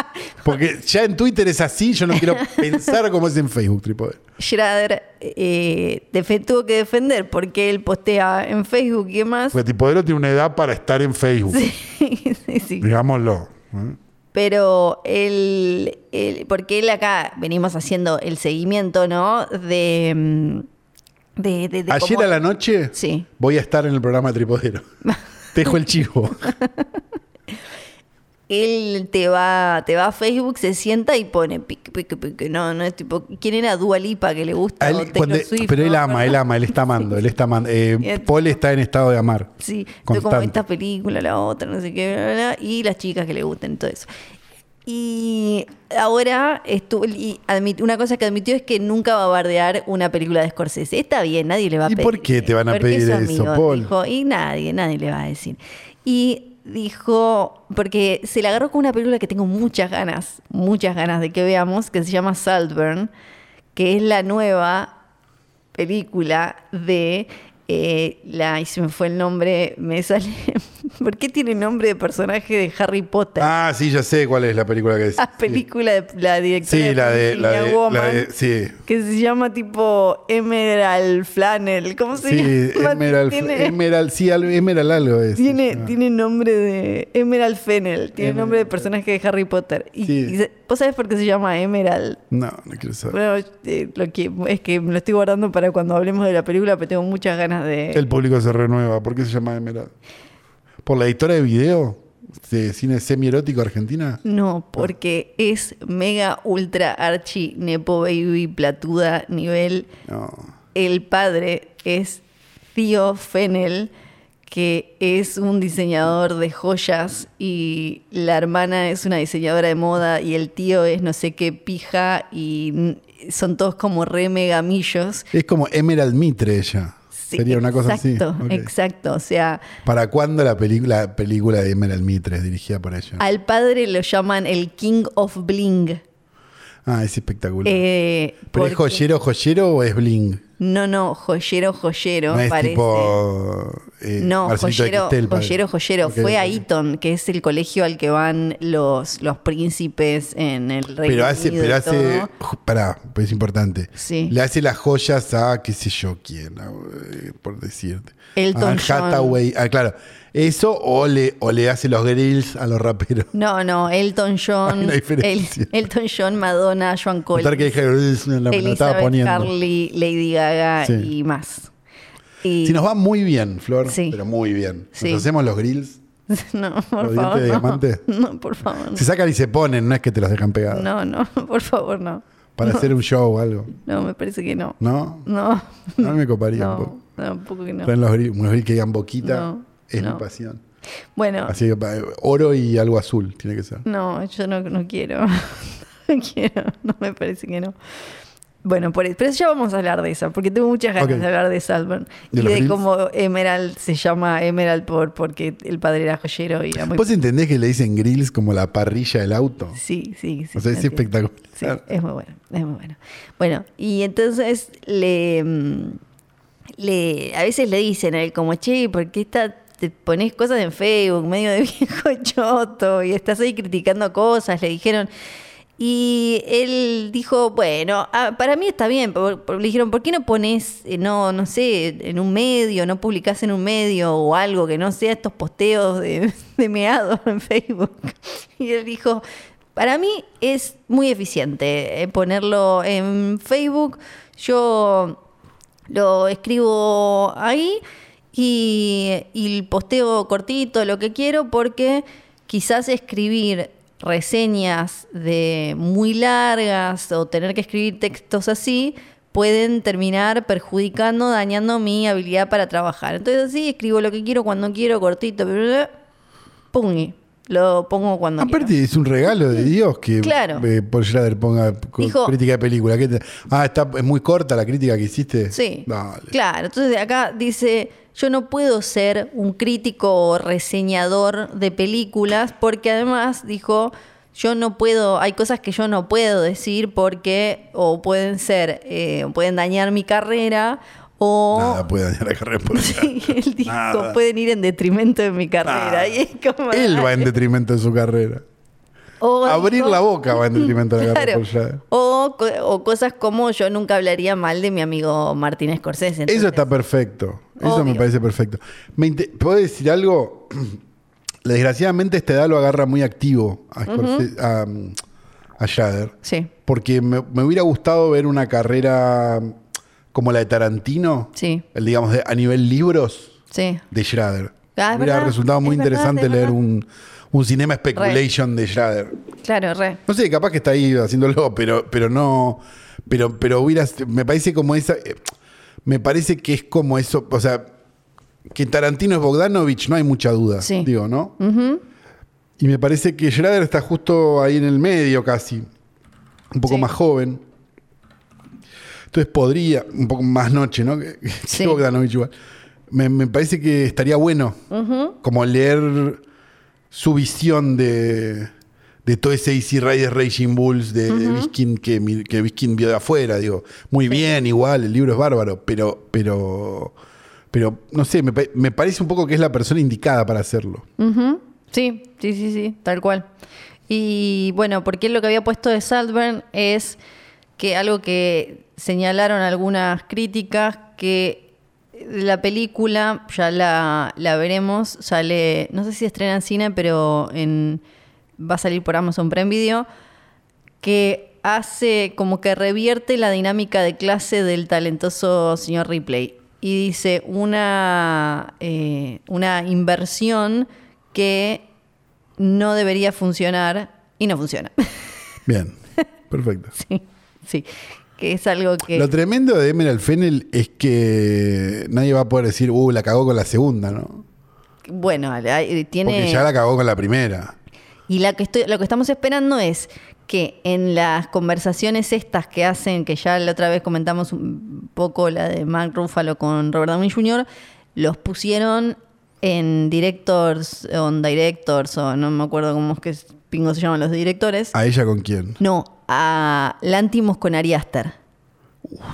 Speaker 2: Porque ya en Twitter es así, yo no quiero pensar cómo es en Facebook, tripodero.
Speaker 1: Schrader eh, defe- tuvo que defender porque él postea en Facebook y demás.
Speaker 2: Porque tripodero tiene una edad para estar en Facebook,
Speaker 1: Sí, sí, [LAUGHS] sí.
Speaker 2: digámoslo. ¿eh?
Speaker 1: Pero él, él- porque él acá venimos haciendo el seguimiento, ¿no? De. mm, de, de- de
Speaker 2: Ayer
Speaker 1: cómo-
Speaker 2: a la noche
Speaker 1: Sí.
Speaker 2: voy a estar en el
Speaker 1: [LAUGHS]
Speaker 2: programa Tripodero. Te dejo el chivo.
Speaker 1: Él te va, te va a Facebook, se sienta y pone pique, pique, pique. No, no es tipo. ¿Quién era Dualipa que le gusta?
Speaker 2: A él,
Speaker 1: o Taylor
Speaker 2: cuando-
Speaker 1: Swift,
Speaker 2: pero él
Speaker 1: ¿no?
Speaker 2: ama, él ama, él está amando, él está amando. Eh,
Speaker 1: Bien.
Speaker 2: Paul está en estado de amar.
Speaker 1: Sí, yo como
Speaker 2: Constante.
Speaker 1: esta película, la otra, no sé qué, bla, bla, bla, y las chicas que le gusten, todo eso. Y ahora estuvo, y admit- una cosa que admitió es que nunca va a bardear una película de Scorsese. Está bien, nadie le va a
Speaker 2: ¿Y
Speaker 1: pedir.
Speaker 2: por qué te van a
Speaker 1: Porque
Speaker 2: pedir
Speaker 1: es su
Speaker 2: eso,
Speaker 1: amigo,
Speaker 2: Paul?
Speaker 1: dijo, y nadie, nadie le va a decir. Y dijo, porque se le agarró con una película que tengo muchas ganas, muchas ganas de que veamos, que se llama Saltburn, que es la nueva película de eh, la y se me fue el nombre me sale [LAUGHS] ¿por qué tiene nombre de personaje de Harry Potter
Speaker 2: Ah, sí, ya sé cuál es la película que
Speaker 1: [LAUGHS]
Speaker 2: es.
Speaker 1: la película de la directora
Speaker 2: Sí, la de. La
Speaker 1: Virginia
Speaker 2: de, la
Speaker 1: Woolman,
Speaker 2: de sí.
Speaker 1: que se llama tipo Emerald Flannel ¿cómo se
Speaker 2: Sí,
Speaker 1: llama? [LAUGHS]
Speaker 2: Emerald,
Speaker 1: tiene,
Speaker 2: Emerald, sí, algo- Emerald algo es.
Speaker 1: tiene,
Speaker 2: Ah.
Speaker 1: tiene nombre de Emerald Fennel tiene
Speaker 2: Emerald
Speaker 1: nombre de personaje de Harry Potter y,
Speaker 2: Sí.
Speaker 1: y se- vos sabés por qué se llama Emerald
Speaker 2: No, no quiero saber.
Speaker 1: bueno, eh, lo que, es que me lo estoy guardando para cuando hablemos de la película, pero tengo muchas ganas de...
Speaker 2: El público se renueva. ¿Por qué se llama Emerald? ¿Por la editora de video de cine semi-erótico argentina?
Speaker 1: No,
Speaker 2: Ah.
Speaker 1: porque es mega ultra archi nepo baby platuda nivel.
Speaker 2: No.
Speaker 1: El padre es Tío Fennel, que es un diseñador de joyas y la hermana es una diseñadora de moda y el tío es no sé qué pija y mm, son todos como re megamillos.
Speaker 2: Es como Emerald Mitre ella.
Speaker 1: Sí,
Speaker 2: Sería una cosa así.
Speaker 1: Exacto,
Speaker 2: Ok.
Speaker 1: exacto. O sea,
Speaker 2: ¿Para cuándo la película, película de Emerald Mitre dirigida por ella?
Speaker 1: al padre lo llaman el King of Bling.
Speaker 2: Ah, es espectacular.
Speaker 1: Eh,
Speaker 2: ¿Pero es
Speaker 1: porque-
Speaker 2: joyero, joyero o es bling?
Speaker 1: No, no, joyero, joyero,
Speaker 2: No es
Speaker 1: parece.
Speaker 2: tipo. eh,
Speaker 1: no,
Speaker 2: Marcelito de
Speaker 1: joyero,
Speaker 2: Cristel, padre.
Speaker 1: joyero, joyero.
Speaker 2: Ok,
Speaker 1: Fue a
Speaker 2: ok.
Speaker 1: Eton, que es el colegio al que van los, los príncipes en el Reino
Speaker 2: Pero hace,
Speaker 1: Unido
Speaker 2: pero
Speaker 1: y
Speaker 2: hace.
Speaker 1: todo.
Speaker 2: ju- Pará, pues es importante.
Speaker 1: Sí.
Speaker 2: Le hace las joyas a qué sé yo quién, a, eh, por decirte.
Speaker 1: Elton
Speaker 2: a
Speaker 1: John.
Speaker 2: Hathaway. Ah, claro. Eso o le, o le hace los grills a
Speaker 1: [LAUGHS]
Speaker 2: los raperos.
Speaker 1: No, no, Elton
Speaker 2: Hay
Speaker 1: John,
Speaker 2: una diferencia.
Speaker 1: El- Elton John, Madonna, Joan
Speaker 2: Contar que
Speaker 1: Collins,
Speaker 2: dije grills en la me la estaba
Speaker 1: Elizabeth
Speaker 2: poniendo.
Speaker 1: Carly, Lady Gaga
Speaker 2: Sí.
Speaker 1: y más. Y,
Speaker 2: Si nos va muy bien, Flor,
Speaker 1: Sí.
Speaker 2: pero muy bien. Nos
Speaker 1: Sí.
Speaker 2: hacemos los grills,
Speaker 1: [LAUGHS] no, por
Speaker 2: dientes
Speaker 1: favor,
Speaker 2: de
Speaker 1: no.
Speaker 2: diamante?
Speaker 1: [LAUGHS] no, por favor,
Speaker 2: se sacan y se ponen, no es que te los dejan pegados.
Speaker 1: Mm. no, no, [LAUGHS] por favor, no,
Speaker 2: Para hacer un show o algo.
Speaker 1: no, me parece que no,
Speaker 2: ¿No?
Speaker 1: [LAUGHS] no,
Speaker 2: No me coparía un
Speaker 1: no,
Speaker 2: poco.
Speaker 1: tampoco que no.
Speaker 2: Traen los grills, unos grills que digan boquita.
Speaker 1: No,
Speaker 2: es mi
Speaker 1: no.
Speaker 2: pasión.
Speaker 1: Bueno,
Speaker 2: Así que pa- oro y algo azul tiene que ser.
Speaker 1: no, yo no, no quiero. [LAUGHS] no quiero, no me parece que no. Bueno, por eso, pero ya vamos a hablar de esa, porque tengo muchas ganas
Speaker 2: Ok.
Speaker 1: de hablar de Salman.
Speaker 2: ¿De
Speaker 1: y
Speaker 2: los
Speaker 1: de
Speaker 2: Grills?
Speaker 1: cómo Emerald se llama Emerald por, porque el padre era joyero y era muy...
Speaker 2: ¿Vos entendés que le dicen grills como la parrilla del auto?
Speaker 1: Sí, sí, sí.
Speaker 2: o sea, es
Speaker 1: entiendo.
Speaker 2: espectacular.
Speaker 1: Sí, es muy bueno, es muy bueno. Bueno, y entonces le, mm, le a veces le dicen a él como, che, ¿por qué está, te pones cosas en Facebook, medio de [LAUGHS] viejo choto, y estás ahí criticando cosas? Le dijeron. Y él dijo, bueno, ah, para mí está bien. por- por- Le dijeron, ¿por qué no pones, eh, no, no sé, en un medio, no publicás en un medio o algo que no sea estos posteos de, [LAUGHS] de meados en Facebook? Y él dijo, para mí es muy eficiente eh, ponerlo en Facebook. Yo lo escribo ahí y, y posteo cortito lo que quiero porque quizás escribir reseñas de muy largas o tener que escribir textos así pueden terminar perjudicando, dañando mi habilidad para trabajar. Entonces así escribo lo que quiero cuando quiero, cortito, bla, bla, bla, pum, Lo pongo cuando. quiero.
Speaker 2: Aparte, es un regalo de Dios que
Speaker 1: Claro.
Speaker 2: eh, Paul Schrader ponga co-
Speaker 1: Dijo-
Speaker 2: crítica de película. ¿Qué te- ah, está, es muy corta la crítica que hiciste.
Speaker 1: Sí.
Speaker 2: Dale.
Speaker 1: Claro, entonces acá dice, yo no puedo ser un crítico o reseñador de películas porque además dijo, yo no puedo, hay cosas que yo no puedo decir porque o pueden ser, eh, pueden dañar mi carrera o... [LAUGHS]
Speaker 2: Nada puede dañar la carrera de Paul Schrader.
Speaker 1: Sí, él dijo,
Speaker 2: Nada.
Speaker 1: pueden ir en detrimento de mi carrera.
Speaker 2: Nada.
Speaker 1: Y es como,
Speaker 2: Él va en detrimento de su carrera.
Speaker 1: O
Speaker 2: Abrir
Speaker 1: dijo-
Speaker 2: la boca va en detrimento de la carrera pues, de
Speaker 1: Claro.
Speaker 2: Paul Schrader.
Speaker 1: O, co- o cosas como yo nunca hablaría mal de mi amigo Martínez Scorsese.
Speaker 2: Eso
Speaker 1: Entonces,
Speaker 2: está perfecto. Eso me
Speaker 1: Obvio.
Speaker 2: parece perfecto. Me inte- ¿Puedo decir algo? [CLEARS THROAT] Desgraciadamente esta edad lo agarra muy activo a, Scorsese- a, um, a Schrader.
Speaker 1: Sí,
Speaker 2: Porque me, me hubiera gustado ver una carrera um, como la de Tarantino,
Speaker 1: sí,
Speaker 2: el, digamos, de- a nivel libros
Speaker 1: sí.
Speaker 2: de Schrader.
Speaker 1: Ah,
Speaker 2: me
Speaker 1: es
Speaker 2: hubiera
Speaker 1: verdad,
Speaker 2: resultado muy
Speaker 1: es verdad,
Speaker 2: interesante
Speaker 1: es
Speaker 2: leer
Speaker 1: verdad.
Speaker 2: un, un Cinema Speculation de Schrader.
Speaker 1: Claro, re.
Speaker 2: No sé, capaz que está ahí haciéndolo, pero, pero no. Pero, pero hubiera. Me parece como esa. eh, Me parece que es como eso. O sea, que Tarantino es Bogdanovich, no hay mucha duda.
Speaker 1: Sí.
Speaker 2: Digo, ¿no? Y me parece que Schrader está justo ahí en el medio casi. Un poco
Speaker 1: Sí.
Speaker 2: más joven. Entonces podría. Un poco más noche, ¿no? [LAUGHS] Que, que
Speaker 1: Sí.
Speaker 2: Bogdanovich igual. Me, me parece que estaría bueno. Como leer su visión de, de todo ese Easy Rider Raging Bulls de, de Biskin que, mi- que Biskin vio de afuera. Digo, muy bien, igual, el libro es bárbaro, pero, pero, pero no sé, me, pa- me parece un poco que es la persona indicada para hacerlo.
Speaker 1: Ujú. Sí, sí, sí, sí, tal cual. Y bueno, porque lo que había puesto de Saltburn es que algo que señalaron algunas críticas, que la película, ya la, la veremos, sale, no sé si estrena en cine, pero en, va a salir por Amazon Prime Video, que hace como que revierte la dinámica de clase del talentoso señor Ripley y dice una, eh, una inversión que no debería funcionar y no funciona. [LAUGHS]
Speaker 2: Bien, perfecto.
Speaker 1: sí, sí, que es algo que...
Speaker 2: Lo tremendo de Emerald Fennel es que nadie va a poder decir, uh, la cagó con la segunda, ¿no?
Speaker 1: Bueno, hay- tiene...
Speaker 2: Porque ya la cagó con la primera.
Speaker 1: Y la que estoy, lo que estamos esperando es que en las conversaciones estas que hacen, que ya la otra vez comentamos un poco la de Mark Ruffalo con Robert Downey Jr., los pusieron en directors, on directors, o no me acuerdo cómo es que es- pingo se llaman los directores.
Speaker 2: ¿A ella con quién?
Speaker 1: No, a Lantimos con Ari Aster. [LAUGHS]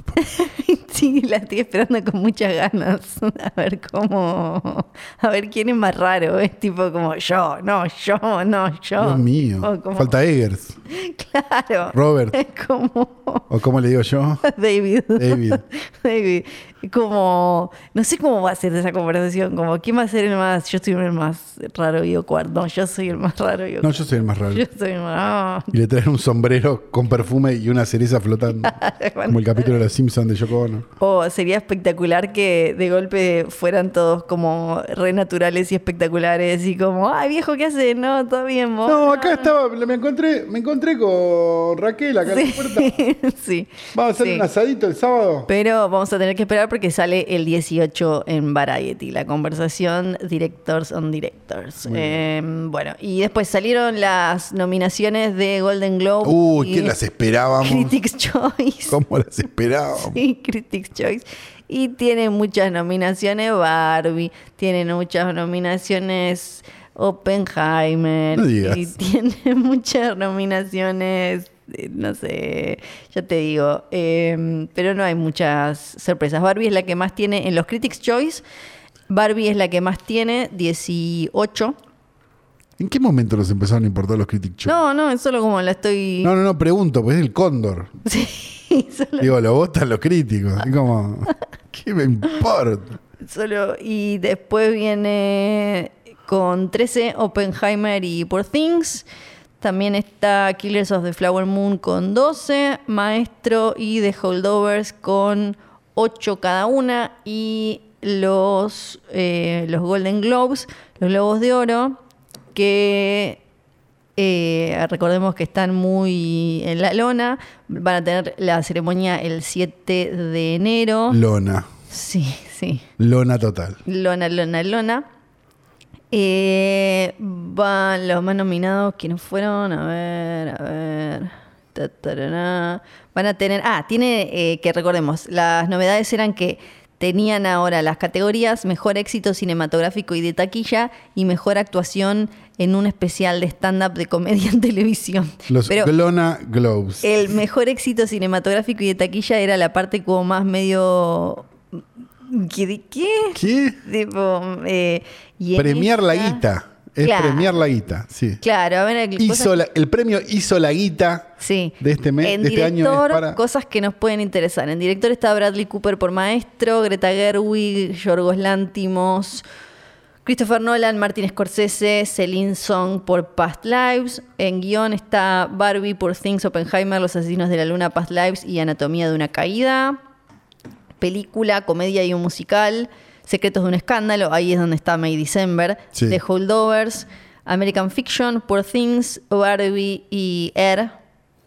Speaker 1: sí, la estoy esperando con muchas ganas. [LAUGHS] A ver cómo. A ver quién es más raro. Es tipo como yo, no, yo, no, yo.
Speaker 2: Dios mío.
Speaker 1: O como-
Speaker 2: Falta Eggers.
Speaker 1: [LAUGHS] Claro. [LAUGHS]
Speaker 2: Robert.
Speaker 1: Es como. [LAUGHS]
Speaker 2: ¿O cómo le digo yo?
Speaker 1: David.
Speaker 2: David.
Speaker 1: [LAUGHS] David. Como. No sé cómo va a ser esa conversación. Como, ¿quién va a ser el más? Yo soy el más raro y cuarto. No, yo soy el más raro y
Speaker 2: No, yo soy el más raro.
Speaker 1: Yo soy el más. [LAUGHS]
Speaker 2: Y le traen un sombrero con perfume y una cereza
Speaker 1: [LAUGHS]
Speaker 2: flotando. como el capítulo de los Simpsons de Yoko Ono.
Speaker 1: O sería espectacular que de golpe fueran todos como re naturales y espectaculares y como, ay viejo, ¿qué haces? No, todo bien, vos.
Speaker 2: No, acá estaba, me encontré, me encontré con Raquel acá en la puerta.
Speaker 1: [LAUGHS] sí.
Speaker 2: Vamos a hacer
Speaker 1: Sí.
Speaker 2: un asadito el sábado.
Speaker 1: Pero vamos a tener que esperar porque sale el 18 en Variety, la conversación Directors on Directors. Eh, bueno, y después salieron las nominaciones de Golden Globe.
Speaker 2: Uy,
Speaker 1: y
Speaker 2: ¿quién las esperábamos?
Speaker 1: Critics [LAUGHS] Choice.
Speaker 2: ¿Cómo
Speaker 1: [LAUGHS]
Speaker 2: las esperábamos?
Speaker 1: Sí, Critics Choice. Y tiene muchas nominaciones Barbie, tiene muchas nominaciones Oppenheimer.
Speaker 2: No digas.
Speaker 1: Y tiene [LAUGHS] muchas nominaciones, eh, no sé, ya te digo. eh, pero no hay muchas sorpresas. Barbie es la que más tiene en los Critics Choice. Barbie es la que más tiene, 18.
Speaker 2: ¿En qué momento nos empezaron a importar los Critic Choice?
Speaker 1: No, no, es solo como la estoy...
Speaker 2: No, no, no, pregunto, pues es el cóndor.
Speaker 1: [LAUGHS] Sí, solo
Speaker 2: Digo, lo votan los críticos. Es
Speaker 1: [LAUGHS]
Speaker 2: como, ¿qué me importa?
Speaker 1: Solo, y después viene con 13 Oppenheimer y Poor Things. También está Killers of the Flower Moon con 12, Maestro y The Holdovers con 8 cada una. Y los, eh, los Golden Globes, los Globos de Oro, que eh, recordemos que están muy en la lona. Van a tener la ceremonia el 7 de enero.
Speaker 2: Lona.
Speaker 1: Sí, sí.
Speaker 2: Lona total.
Speaker 1: Lona, lona, lona. Eh, van los más nominados, ¿quiénes fueron? A ver, a ver. Ta, tarará. Van a tener. Ah, tiene eh, que recordemos, las novedades eran que tenían ahora las categorías mejor éxito cinematográfico y de taquilla y mejor actuación en un especial de stand-up de comedia en [LAUGHS] televisión.
Speaker 2: Los
Speaker 1: Pero- Eh,
Speaker 2: Glona Globes.
Speaker 1: el mejor éxito cinematográfico y de taquilla era la parte como más medio. ¿Qué? ¿Qué?
Speaker 2: ¿Qué?
Speaker 1: Tipo, eh, y en
Speaker 2: Premiar la
Speaker 1: esta-
Speaker 2: guita. Es
Speaker 1: Claro.
Speaker 2: premiar la guita, sí.
Speaker 1: Claro, a ver,
Speaker 2: Hizo la- el premio hizo la guita
Speaker 1: sí.
Speaker 2: de este mes,
Speaker 1: en
Speaker 2: de este año
Speaker 1: director,
Speaker 2: es para.
Speaker 1: cosas que nos pueden interesar. En director está Bradley Cooper por maestro, Greta Gerwig, Yorgos Lántimos, Christopher Nolan, Martin Scorsese, Celine Song por Past Lives. En guión está Barbie, por Things, Oppenheimer, Los Asesinos de la Luna, Past Lives y Anatomía de una Caída. Película, comedia y un musical. Secretos de un escándalo, ahí es donde está May December.
Speaker 2: Sí.
Speaker 1: The Holdovers, American Fiction, Poor Things, Barbie y Air.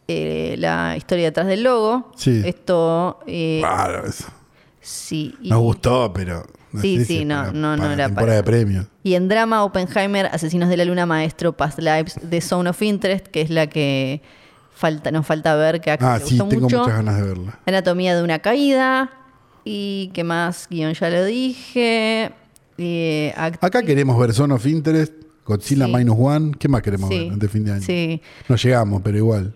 Speaker 1: eh, la historia detrás del logo.
Speaker 2: Sí.
Speaker 1: Esto. eh,
Speaker 2: Claro, eso.
Speaker 1: sí. y-
Speaker 2: Nos gustó, pero. no
Speaker 1: Sí,
Speaker 2: sé
Speaker 1: sí,
Speaker 2: si
Speaker 1: no,
Speaker 2: para-
Speaker 1: no, no
Speaker 2: para
Speaker 1: era
Speaker 2: temporada
Speaker 1: para-
Speaker 2: de premios.
Speaker 1: Y en drama, Oppenheimer, Asesinos de la Luna, Maestro, Past Lives, The Zone of Interest, que es la que falta, nos falta ver, que a Axel
Speaker 2: Ah,
Speaker 1: le
Speaker 2: sí,
Speaker 1: gustó
Speaker 2: tengo
Speaker 1: mucho.
Speaker 2: muchas ganas de verla.
Speaker 1: Anatomía de una caída. ¿Y qué más? Guión ya lo dije. Eh, act-
Speaker 2: Acá queremos ver Zone of Interest, Godzilla
Speaker 1: Sí.
Speaker 2: Minus One. ¿Qué más queremos
Speaker 1: Sí,
Speaker 2: ver antes de fin de año?
Speaker 1: sí.
Speaker 2: No llegamos, pero igual.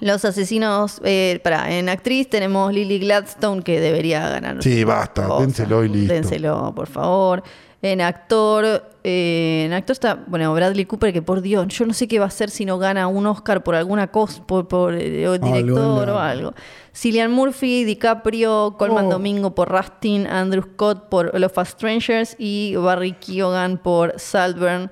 Speaker 1: Los asesinos, eh, para, en actriz tenemos Lily Gladstone, que debería ganar.
Speaker 2: Sí, basta,
Speaker 1: Cosa.
Speaker 2: dénselo y listo.
Speaker 1: Dénselo, por favor. En actor, eh, en actor está, bueno, Bradley Cooper, que por Dios, yo no sé qué va a hacer si no gana un Oscar por alguna cosa, por, por, eh, o
Speaker 2: Algo,
Speaker 1: director
Speaker 2: no.
Speaker 1: o algo. Cillian Murphy, DiCaprio, Colman
Speaker 2: Oh.
Speaker 1: Domingo por Rustin, Andrew Scott por All of Us Strangers y Barry Keoghan por Saltburn.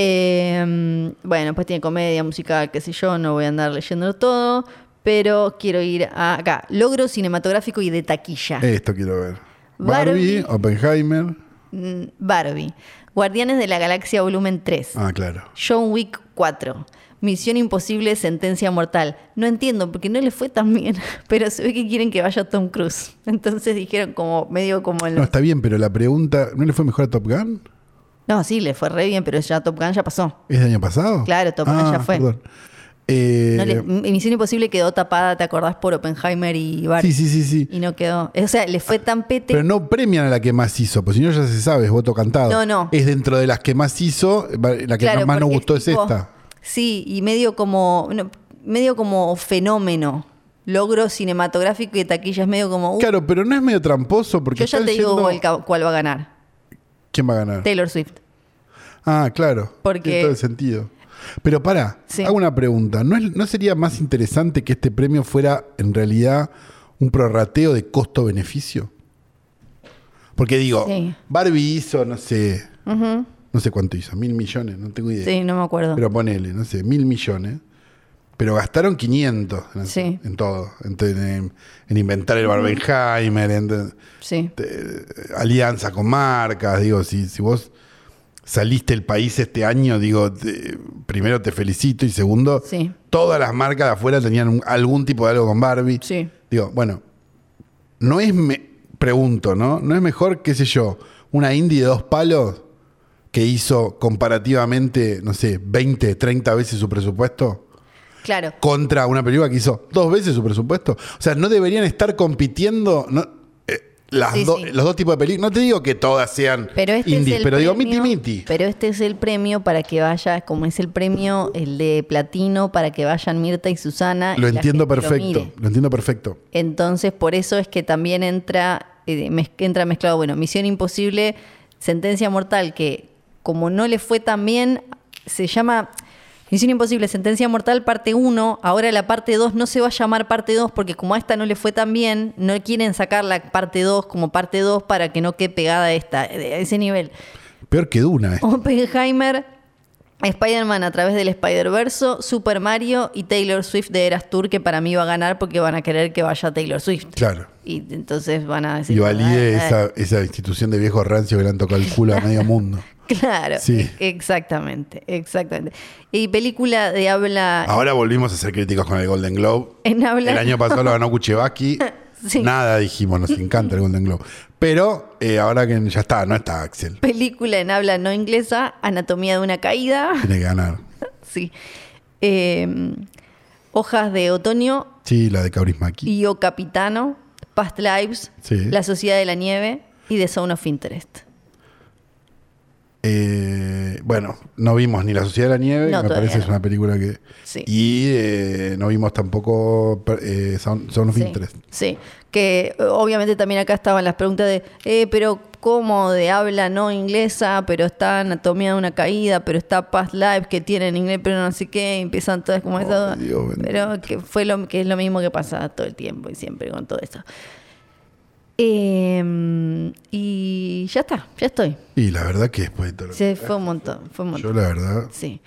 Speaker 1: Eh, bueno, pues tiene comedia, musical, qué sé yo, no voy a andar leyéndolo todo, pero quiero ir a- acá. Logro cinematográfico y de taquilla.
Speaker 2: Esto quiero ver.
Speaker 1: Ah. Barbie.
Speaker 2: Barbie, Oppenheimer.
Speaker 1: Mm, Barbie. Guardianes de la Galaxia Volumen 3.
Speaker 2: Ah, claro.
Speaker 1: John Wick 4. Misión Imposible, Sentencia Mortal. No entiendo porque no le fue tan bien, [LAUGHS] pero se ve que quieren que vaya Tom Cruise. Entonces dijeron como medio como el...
Speaker 2: No, está bien, pero la pregunta, ¿no le fue mejor a Top Gun?
Speaker 1: No, sí, le fue re bien, pero ya Top Gun ya pasó.
Speaker 2: ¿Es del año pasado? Ah,
Speaker 1: Claro, Top Gun ya fue.
Speaker 2: Eh,
Speaker 1: No le- M- Misión Imposible quedó tapada, ¿te acordás? Por Oppenheimer y Barbie.
Speaker 2: sí, sí, sí, sí.
Speaker 1: Y no quedó... O sea, le fue tan pete...
Speaker 2: Pero no premian a la que más hizo, pues si no ya se sabe, es voto cantado.
Speaker 1: No, no.
Speaker 2: Es dentro de las que más hizo, la que
Speaker 1: Claro,
Speaker 2: más nos
Speaker 1: porque
Speaker 2: gustó es
Speaker 1: tipo-
Speaker 2: esta.
Speaker 1: Sí, y medio como no, medio como fenómeno, logro cinematográfico y de taquilla es medio como uh,
Speaker 2: Claro, pero no es medio tramposo porque
Speaker 1: yo ya
Speaker 2: están
Speaker 1: te digo
Speaker 2: yendo-
Speaker 1: el ca- cuál va a ganar,
Speaker 2: ¿Quién va a ganar?
Speaker 1: Taylor Swift.
Speaker 2: Ah, claro.
Speaker 1: Porque-
Speaker 2: Tiene todo el sentido. Pero pará,
Speaker 1: Sí.
Speaker 2: hago una pregunta. ¿No, es- no sería más interesante que este premio fuera en realidad un prorrateo de costo-beneficio? Porque digo,
Speaker 1: Sí.
Speaker 2: Barbie hizo, no sé, no sé cuánto hizo, mil millones, no tengo idea.
Speaker 1: Sí, no me acuerdo.
Speaker 2: Pero ponele, no sé, mil millones. Pero gastaron 500 en, hacer-
Speaker 1: Sí.
Speaker 2: en todo. En, en- en inventar el Barbenheimer, en,
Speaker 1: sí.
Speaker 2: alianza con marcas, digo, si, si vos saliste del país este año, digo, te- primero te felicito y segundo,
Speaker 1: Sí.
Speaker 2: todas las marcas de afuera tenían un- algún tipo de algo con Barbie.
Speaker 1: Sí.
Speaker 2: Digo, bueno, no es, me, pregunto, ¿no? ¿No es mejor, qué sé yo, una indie de dos palos que hizo comparativamente, no sé, 20, 30 veces su presupuesto?
Speaker 1: Claro.
Speaker 2: contra una película que hizo dos veces su presupuesto. O sea, no deberían estar compitiendo no, eh, las
Speaker 1: Sí,
Speaker 2: do-
Speaker 1: sí.
Speaker 2: los dos tipos de películas. No te digo que todas sean
Speaker 1: Pero este
Speaker 2: indies,
Speaker 1: es el
Speaker 2: pero digo miti
Speaker 1: premio-
Speaker 2: miti.
Speaker 1: Pero este es el premio para que vaya, como es el premio el de platino para que vayan Mirta y Susana. y
Speaker 2: Lo
Speaker 1: la
Speaker 2: entiendo
Speaker 1: gente
Speaker 2: perfecto,
Speaker 1: mire.
Speaker 2: lo, entiendo perfecto.
Speaker 1: Entonces, por eso es que también entra, eh, mez- entra mezclado, bueno, Misión Imposible, Sentencia Mortal, que como no le fue tan bien, se llama Misión Imposible, Sentencia Mortal, parte 1. Ahora la parte 2 no se va a llamar parte 2 porque como a esta no le fue tan bien, no quieren sacar la parte 2 como parte 2 para que no quede pegada a esta, eh, a ese nivel.
Speaker 2: Peor que Duna. eh.
Speaker 1: [LAUGHS] Oppenheimer, Spider-Man a través del Spider-Verso, Super Mario y Taylor Swift de Eras Tour, que para mí va a ganar porque van a querer que vaya Taylor Swift.
Speaker 2: Claro.
Speaker 1: Y entonces van a decir.
Speaker 2: Y valide
Speaker 1: "Ah, ah".
Speaker 2: esa, esa institución de viejos rancios que le han tocado el culo a medio mundo.
Speaker 1: [LAUGHS] Claro,
Speaker 2: Sí.
Speaker 1: e- exactamente, exactamente. Y película de habla.
Speaker 2: Ah. Ahora volvimos a ser críticos con el Golden Globe.
Speaker 1: En habla-
Speaker 2: El año pasado lo ganó Kuchevaski.
Speaker 1: [LAUGHS] Sí.
Speaker 2: Nada dijimos, nos encanta el Golden Globe. Pero eh, ahora que ya está, no está Axel.
Speaker 1: Película en habla no inglesa, Anatomía de una caída. [LAUGHS]
Speaker 2: Tiene que ganar.
Speaker 1: Sí. Eh, hojas de otoño,
Speaker 2: Sí, la de Kaurismäki.
Speaker 1: Io Capitano, Past Lives,
Speaker 2: Sí.
Speaker 1: La Sociedad de la Nieve y The Zone of Interest.
Speaker 2: Eh, bueno, no vimos ni La Sociedad de la Nieve,
Speaker 1: No,
Speaker 2: me
Speaker 1: todavía
Speaker 2: parece es
Speaker 1: no.
Speaker 2: una película que...
Speaker 1: Sí.
Speaker 2: Y eh, no vimos tampoco eh, Sound, Sound of
Speaker 1: Sí,
Speaker 2: Interest.
Speaker 1: sí. que eh, obviamente también acá estaban las preguntas de, eh, pero ¿cómo de habla no inglesa? Pero está Anatomía de una Caída, pero está Past Life que tiene en inglés, pero no sé qué, y empiezan todas como esa duda.
Speaker 2: Oh, Dios bendito.
Speaker 1: Pero que, fue lo, que es lo mismo que pasa todo el tiempo y siempre con todo eso. Eh, y ya está, ya estoy.
Speaker 2: Y la verdad que después de todo lo
Speaker 1: Sí, fue un montón, fue un
Speaker 2: que- Yo
Speaker 1: montón.
Speaker 2: la verdad...
Speaker 1: Sí.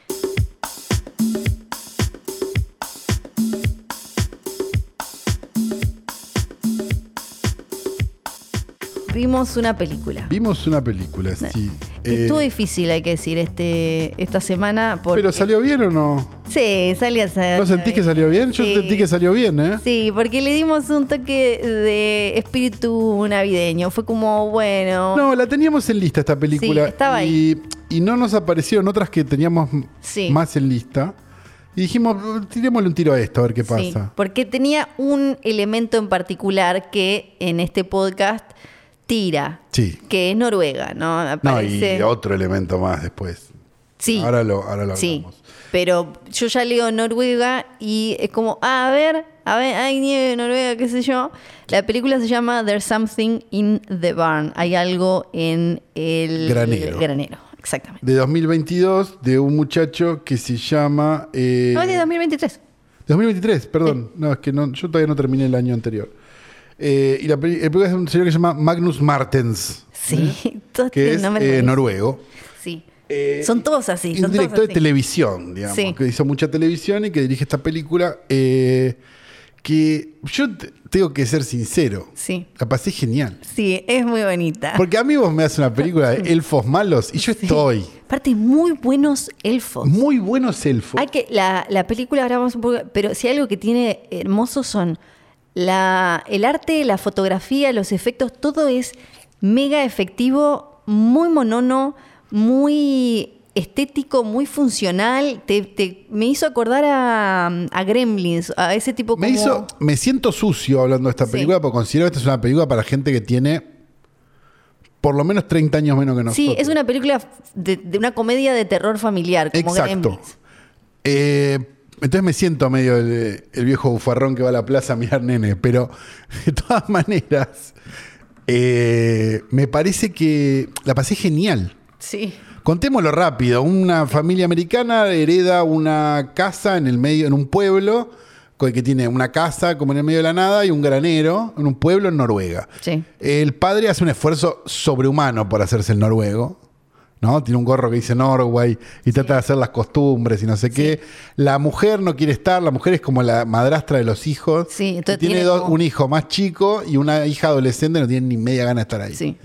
Speaker 1: Vimos una película.
Speaker 2: Vimos una película, sí.
Speaker 1: Que
Speaker 2: Eh,
Speaker 1: estuvo difícil, hay que decir, este, esta semana. Porque...
Speaker 2: ¿Pero salió bien o no?
Speaker 1: Sí, salió.
Speaker 2: ¿No sentís que salió bien? Yo
Speaker 1: Sí.
Speaker 2: sentí que salió bien, ¿eh?
Speaker 1: Sí, porque le dimos un toque de espíritu navideño. Fue como, bueno.
Speaker 2: No, la teníamos en lista esta película.
Speaker 1: Sí, estaba ahí.
Speaker 2: Y, y no nos aparecieron otras que teníamos m-
Speaker 1: Sí.
Speaker 2: más en lista. Y dijimos, tirémosle un tiro a esto, a ver qué
Speaker 1: Sí,
Speaker 2: pasa.
Speaker 1: porque tenía un elemento en particular que en este podcast tira,
Speaker 2: Sí.
Speaker 1: que es Noruega, ¿no?
Speaker 2: No, y
Speaker 1: Aparece-
Speaker 2: otro elemento más después.
Speaker 1: sí,
Speaker 2: Ahora lo, ahora lo
Speaker 1: sí.
Speaker 2: hablamos.
Speaker 1: Pero yo ya leo Noruega y es como, ah, a ver, a ver, hay nieve en Noruega, qué sé yo. La película se llama There's Something in the Barn. Hay algo en el
Speaker 2: Granero.
Speaker 1: granero, exactamente.
Speaker 2: De 2022, de un muchacho que se llama... eh,
Speaker 1: No, es de 2023.
Speaker 2: 2023, perdón. No, es que no- yo todavía no terminé el año anterior. Eh, y la peli- el película es de un señor que se llama Magnus Martens,
Speaker 1: Sí, [LAUGHS] todos
Speaker 2: que
Speaker 1: tienen
Speaker 2: es
Speaker 1: nombres
Speaker 2: eh,
Speaker 1: rarísimos.
Speaker 2: noruego.
Speaker 1: Sí. son todos así.
Speaker 2: Es un
Speaker 1: son todos
Speaker 2: director de
Speaker 1: así.
Speaker 2: televisión, digamos,
Speaker 1: Sí.
Speaker 2: que hizo mucha televisión y que dirige esta película. eh, que yo te- tengo que ser sincero,
Speaker 1: Sí.
Speaker 2: la pasé genial.
Speaker 1: Sí, es muy bonita.
Speaker 2: Porque a mí vos me haces una película
Speaker 1: [LAUGHS]
Speaker 2: de elfos malos y yo estoy.
Speaker 1: Aparte, muy buenos elfos.
Speaker 2: Muy buenos elfos.
Speaker 1: Hay que, la, la película ahora vamos un poco, pero si algo que tiene hermoso son la, el arte, la fotografía, los efectos, todo es mega efectivo, muy monono, muy estético, muy funcional. Te, te- me hizo acordar a, a Gremlins, a ese tipo como...
Speaker 2: Me hizo, me siento sucio hablando de esta
Speaker 1: Sí.
Speaker 2: película porque considero que esta es una película para gente que tiene por lo menos 30 años menos que nosotros.
Speaker 1: Sí, es una película de, de una comedia de terror familiar, como
Speaker 2: Exacto.
Speaker 1: Gremlins.
Speaker 2: Eh, entonces me siento medio el, el viejo bufarrón que va a la plaza a mirar nene, pero de todas maneras, eh, me parece que la pasé genial.
Speaker 1: Sí.
Speaker 2: Contémoslo rápido. Una familia americana hereda una casa en el medio, en un pueblo, co- que tiene una casa como en el medio de la nada y un granero en un pueblo en Noruega.
Speaker 1: Sí.
Speaker 2: El padre hace un esfuerzo sobrehumano por hacerse el noruego. ¿No? Tiene un gorro que dice Norway y trata de hacer las costumbres y no sé qué. La mujer no quiere estar, la mujer es como la madrastra de los hijos.
Speaker 1: Sí, entonces
Speaker 2: Y tiene,
Speaker 1: tiene
Speaker 2: dos-
Speaker 1: como-
Speaker 2: un hijo más chico y una hija adolescente, no tiene ni media gana de estar ahí.
Speaker 1: Sí.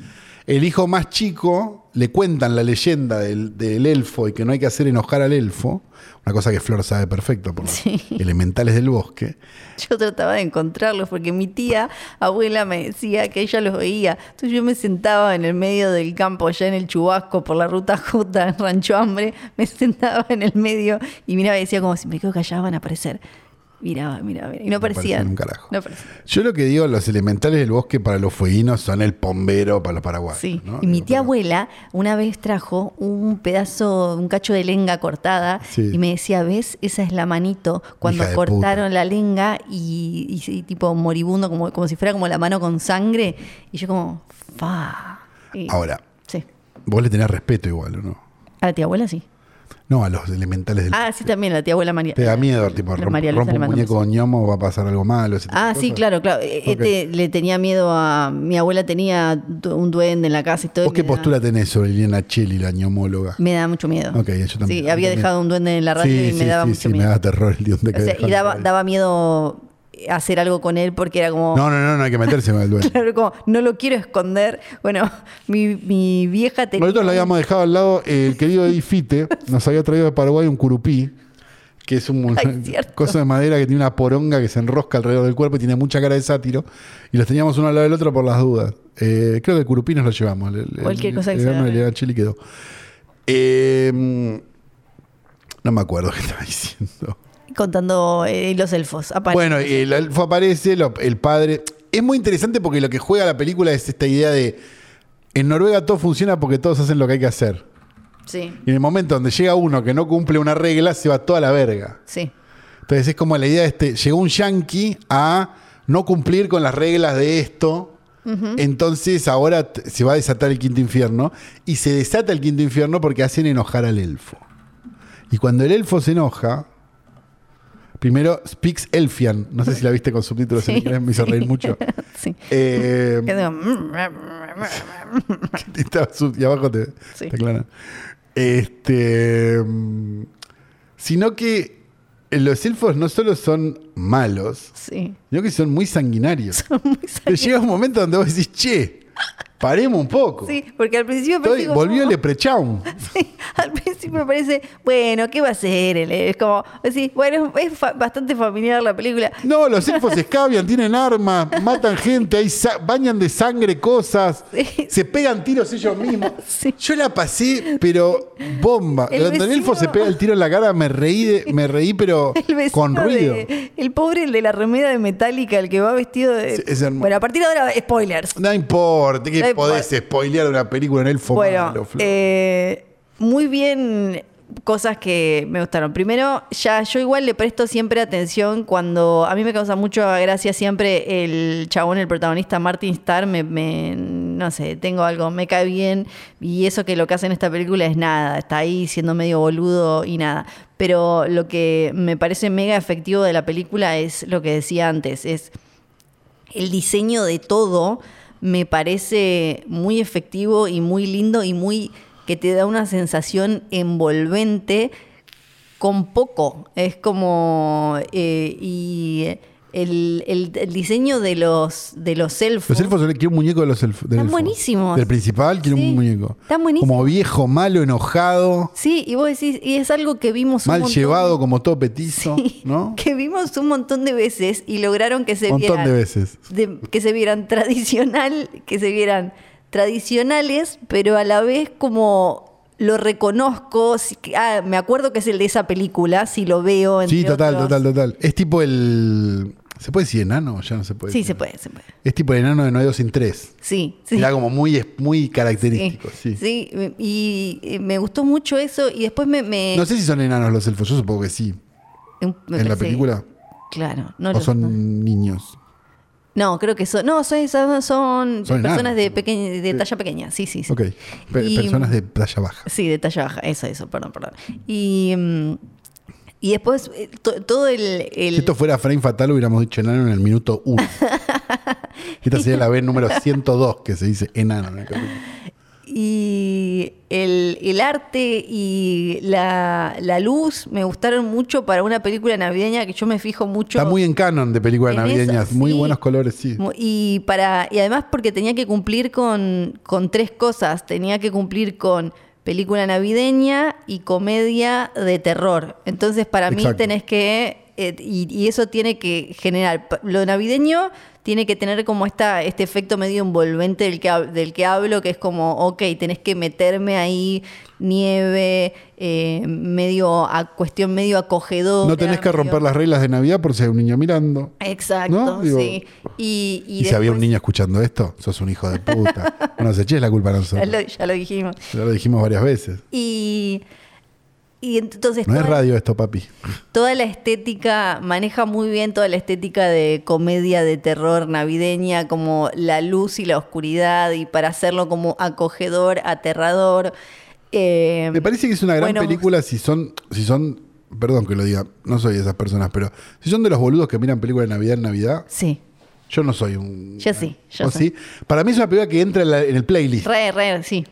Speaker 2: El hijo más chico le cuentan la leyenda del, del elfo y que no hay que hacer enojar al elfo, una cosa que Flor sabe perfecto por los
Speaker 1: [LAUGHS]
Speaker 2: elementales del bosque.
Speaker 1: Yo trataba de encontrarlos porque mi tía, abuela, me decía que ella los veía. Entonces yo me sentaba en el medio del campo, allá en el chubasco, por la ruta [LAUGHS] J, en Rancho Hambre. Me sentaba en el medio y miraba y decía como si me quedo callada van a aparecer. Miraba, miraba, miraba. Y no
Speaker 2: aparecían
Speaker 1: aparecían.
Speaker 2: un carajo.
Speaker 1: No aparecían.
Speaker 2: Yo lo que digo, los elementales del bosque para los fueguinos son el pombero para los paraguayos.
Speaker 1: Sí.
Speaker 2: ¿no?
Speaker 1: Y mi
Speaker 2: Digo,
Speaker 1: tía
Speaker 2: pero-
Speaker 1: abuela una vez trajo un pedazo, un cacho de lenga cortada
Speaker 2: Sí.
Speaker 1: y me decía, ¿ves? Esa es la manito cuando
Speaker 2: Hija de
Speaker 1: cortaron la lenga y, y sí, tipo moribundo, como, como si fuera como la mano con sangre. Y yo como, fa. Y-
Speaker 2: Ahora,
Speaker 1: Sí.
Speaker 2: vos le tenés respeto igual, ¿o no?
Speaker 1: A la tía abuela sí.
Speaker 2: No, a los elementales del
Speaker 1: Ah, sí, también a la tía abuela María.
Speaker 2: Te da miedo, tipo,
Speaker 1: La
Speaker 2: romp-
Speaker 1: María Luisa
Speaker 2: rompo
Speaker 1: le
Speaker 2: un
Speaker 1: mando un
Speaker 2: muñeco con ñomo, va a pasar algo malo. ese tipo de
Speaker 1: Ah, sí,
Speaker 2: cosas.
Speaker 1: claro, claro. Eh,
Speaker 2: Ok.
Speaker 1: Este le tenía miedo a. Mi abuela tenía du- un duende en la casa y todo. y
Speaker 2: ¿Vos qué
Speaker 1: me da-
Speaker 2: postura tenés sobre Liliana Cheli, la ñomóloga?
Speaker 1: Me da mucho miedo.
Speaker 2: Ok, yo también.
Speaker 1: Sí, había
Speaker 2: También.
Speaker 1: dejado un duende en la radio
Speaker 2: Sí,
Speaker 1: y me
Speaker 2: sí,
Speaker 1: daba
Speaker 2: sí,
Speaker 1: mucho
Speaker 2: sí,
Speaker 1: miedo.
Speaker 2: me daba terror el duende que
Speaker 1: O sea,
Speaker 2: había
Speaker 1: y daba,
Speaker 2: dejado.
Speaker 1: daba miedo hacer algo con él porque era como.
Speaker 2: No, no, no, no hay que meterse con el duende.
Speaker 1: [LAUGHS] Claro, como, no lo quiero esconder. Bueno, mi, mi vieja tenía.
Speaker 2: Nosotros le habíamos dejado al lado eh, el querido Edifite, nos había traído de Paraguay un curupí, que es un
Speaker 1: Ay, cierto.
Speaker 2: cosa de madera que tiene una poronga que se enrosca alrededor del cuerpo y tiene mucha cara de sátiro. Y los teníamos uno al lado del otro por las dudas. Eh, creo que Curupí nos lo llevamos. El- el-
Speaker 1: Cualquier cosa que
Speaker 2: el
Speaker 1: se
Speaker 2: horno
Speaker 1: agarre.
Speaker 2: de León Chili quedó. Eh, no me acuerdo qué estaba diciendo.
Speaker 1: Contando eh, los elfos. Aparte.
Speaker 2: Bueno, el elfo aparece, lo- el padre. Es muy interesante porque lo que juega la película es esta idea de. En Noruega todo funciona porque todos hacen lo que hay que hacer.
Speaker 1: Sí,
Speaker 2: Y en el momento donde llega uno que no cumple una regla, se va toda la verga.
Speaker 1: sí.
Speaker 2: Entonces es como la idea de este, llegó un yankee a no cumplir con las reglas de esto. Entonces ahora t- se va a desatar el quinto infierno. Y se desata el quinto infierno porque hacen enojar al elfo. Y cuando el elfo se enoja, primero speaks elfian. No sé si la viste con subtítulos en
Speaker 1: Sí,
Speaker 2: inglés, me hizo
Speaker 1: sí. [LAUGHS]
Speaker 2: reír mucho.
Speaker 1: Sí.
Speaker 2: Eh,
Speaker 1: Que digo,
Speaker 2: y [LAUGHS] estaba sub- y abajo te,
Speaker 1: Sí.
Speaker 2: te aclaran. Este, mm, sino que los elfos no solo son malos,
Speaker 1: [LAUGHS]
Speaker 2: [LAUGHS]
Speaker 1: sí.
Speaker 2: sino que son muy sanguinarios.
Speaker 1: Muy
Speaker 2: Pero [LAUGHS] llega un momento donde vos decís, che, paremos un poco.
Speaker 1: Sí, porque al principio
Speaker 2: Estoy-
Speaker 1: parece como- [LAUGHS]
Speaker 2: volvió el leprechaun.
Speaker 1: Sí, al principio parece, bueno, ¿qué va a ser? él? Es como, así, bueno, es fa- bastante familiar la película.
Speaker 2: No, los elfos se escabian, tienen armas, matan gente, ahí sa- bañan de sangre cosas,
Speaker 1: Sí.
Speaker 2: se pegan tiros ellos mismos.
Speaker 1: [LAUGHS] Sí.
Speaker 2: Yo la pasé, pero bomba.
Speaker 1: El
Speaker 2: Cuando el elfo se
Speaker 1: vecino-
Speaker 2: pega el tiro en la cara, me reí, de- me reí pero
Speaker 1: [LAUGHS] El vecino
Speaker 2: con ruido.
Speaker 1: de- el pobre, el de la remera de Metallica, el que va vestido de...
Speaker 2: Sí, es hermoso.
Speaker 1: bueno, a partir de ahora, spoilers.
Speaker 2: No importa, que
Speaker 1: No
Speaker 2: podés
Speaker 1: importa.
Speaker 2: spoilear una película en elfo.
Speaker 1: Bueno,
Speaker 2: malo, Flor.
Speaker 1: eh, muy bien cosas que me gustaron. Primero, ya yo igual le presto siempre atención cuando a mí me causa mucha gracia siempre el chabón, el protagonista Martin Starr, me, me- no sé, tengo algo, me cae bien y eso que lo que hace en esta película es nada, está ahí siendo medio boludo y nada. Pero lo que me parece mega efectivo de la película es lo que decía antes, es el diseño de todo me parece muy efectivo y muy lindo y muy que te da una sensación envolvente con poco. Es como eh, y el, el- el diseño de los de los elfos.
Speaker 2: Los elfos, quiero un muñeco de los elfos.
Speaker 1: Están buenísimos.
Speaker 2: Del principal, quiero
Speaker 1: Sí,
Speaker 2: un muñeco.
Speaker 1: están buenísimos.
Speaker 2: Como viejo, malo, enojado,
Speaker 1: Sí, y vos decís, y es algo que vimos un
Speaker 2: mal
Speaker 1: montón-
Speaker 2: llevado, como todo petizo,
Speaker 1: [LAUGHS] Sí,
Speaker 2: ¿no?
Speaker 1: [LAUGHS] que vimos un montón de veces y lograron que se
Speaker 2: Un montón
Speaker 1: vieran
Speaker 2: de veces.
Speaker 1: [LAUGHS] de- que se vieran tradicional, que se vieran tradicionales, pero a la vez como lo reconozco, si- que- ah, me acuerdo que es el de esa película, si lo veo entre
Speaker 2: Sí, total,
Speaker 1: otros.
Speaker 2: total, total. Es tipo el. ¿Se puede decir enano? Ya no se puede.
Speaker 1: Sí,
Speaker 2: decir.
Speaker 1: se puede, se puede.
Speaker 2: Es tipo el enano de No hay dos sin tres.
Speaker 1: Sí, sí.
Speaker 2: Era como muy, muy característico, sí.
Speaker 1: sí, sí, y y me gustó mucho eso y después me... me- em,
Speaker 2: No sé si son enanos los elfos, yo supongo que sí.
Speaker 1: me
Speaker 2: ¿En la
Speaker 1: parece-
Speaker 2: película?
Speaker 1: Claro, no
Speaker 2: o
Speaker 1: lo-
Speaker 2: son niños.
Speaker 1: No, creo que son. No, son, son, son
Speaker 2: Son
Speaker 1: personas
Speaker 2: enanos.
Speaker 1: de, peque- de talla pequeña. Sí, sí, sí.
Speaker 2: Ok. Pe-
Speaker 1: Y-
Speaker 2: personas de playa baja.
Speaker 1: Sí, de talla baja. Eso, eso, perdón, perdón. Y, mm, y después eh, to- todo el. el-
Speaker 2: Si esto fuera Frame Fatal, hubiéramos dicho enano en el minuto
Speaker 1: [LAUGHS]
Speaker 2: 1. Esta sería la vez número 102 que se dice enano en el capítulo.
Speaker 1: y el, el arte y la, la luz me gustaron mucho para una película navideña que yo me fijo mucho.
Speaker 2: Está muy en canon de películas
Speaker 1: en eso,
Speaker 2: navideñas. muy
Speaker 1: sí.
Speaker 2: buenos colores, sí.
Speaker 1: Mu- Y, para, y además porque tenía que cumplir con, con tres cosas. Tenía que cumplir con película navideña y comedia de terror. Entonces para mí
Speaker 2: Exacto.
Speaker 1: tenés que... eh, y, y eso tiene que generar... pa- Lo navideño tiene que tener como esta, este efecto medio envolvente del que, hab- del que hablo, que es como, ok, tenés que meterme ahí nieve, eh, medio a cuestión medio acogedora.
Speaker 2: No tenés que
Speaker 1: medio-
Speaker 2: romper las reglas de Navidad por si hay un niño mirando.
Speaker 1: Exacto,
Speaker 2: ¿No? Digo,
Speaker 1: sí. Y, y
Speaker 2: Y, si había un
Speaker 1: después-
Speaker 2: niño escuchando esto, sos un hijo de
Speaker 1: [LAUGHS]
Speaker 2: puta. no nos eches la culpa a
Speaker 1: Ya
Speaker 2: nosotros.
Speaker 1: lo, ya lo dijimos.
Speaker 2: Ya lo dijimos varias veces.
Speaker 1: Y, y entonces
Speaker 2: No es
Speaker 1: toda,
Speaker 2: radio esto, papi.
Speaker 1: toda la estética, maneja muy bien toda la estética de comedia de terror navideña, como la luz y la oscuridad, y para hacerlo como acogedor, aterrador. Eh,
Speaker 2: Me parece que es una gran
Speaker 1: bueno,
Speaker 2: película si son, si son, perdón que lo diga, no soy de esas personas, pero si son de los boludos que miran películas de Navidad en Navidad,
Speaker 1: Sí,
Speaker 2: yo no soy un.
Speaker 1: Yo sí, yo
Speaker 2: ¿Vos
Speaker 1: sí.
Speaker 2: sí? Para mí es una película que entra en, la- en el playlist,
Speaker 1: re, re, sí.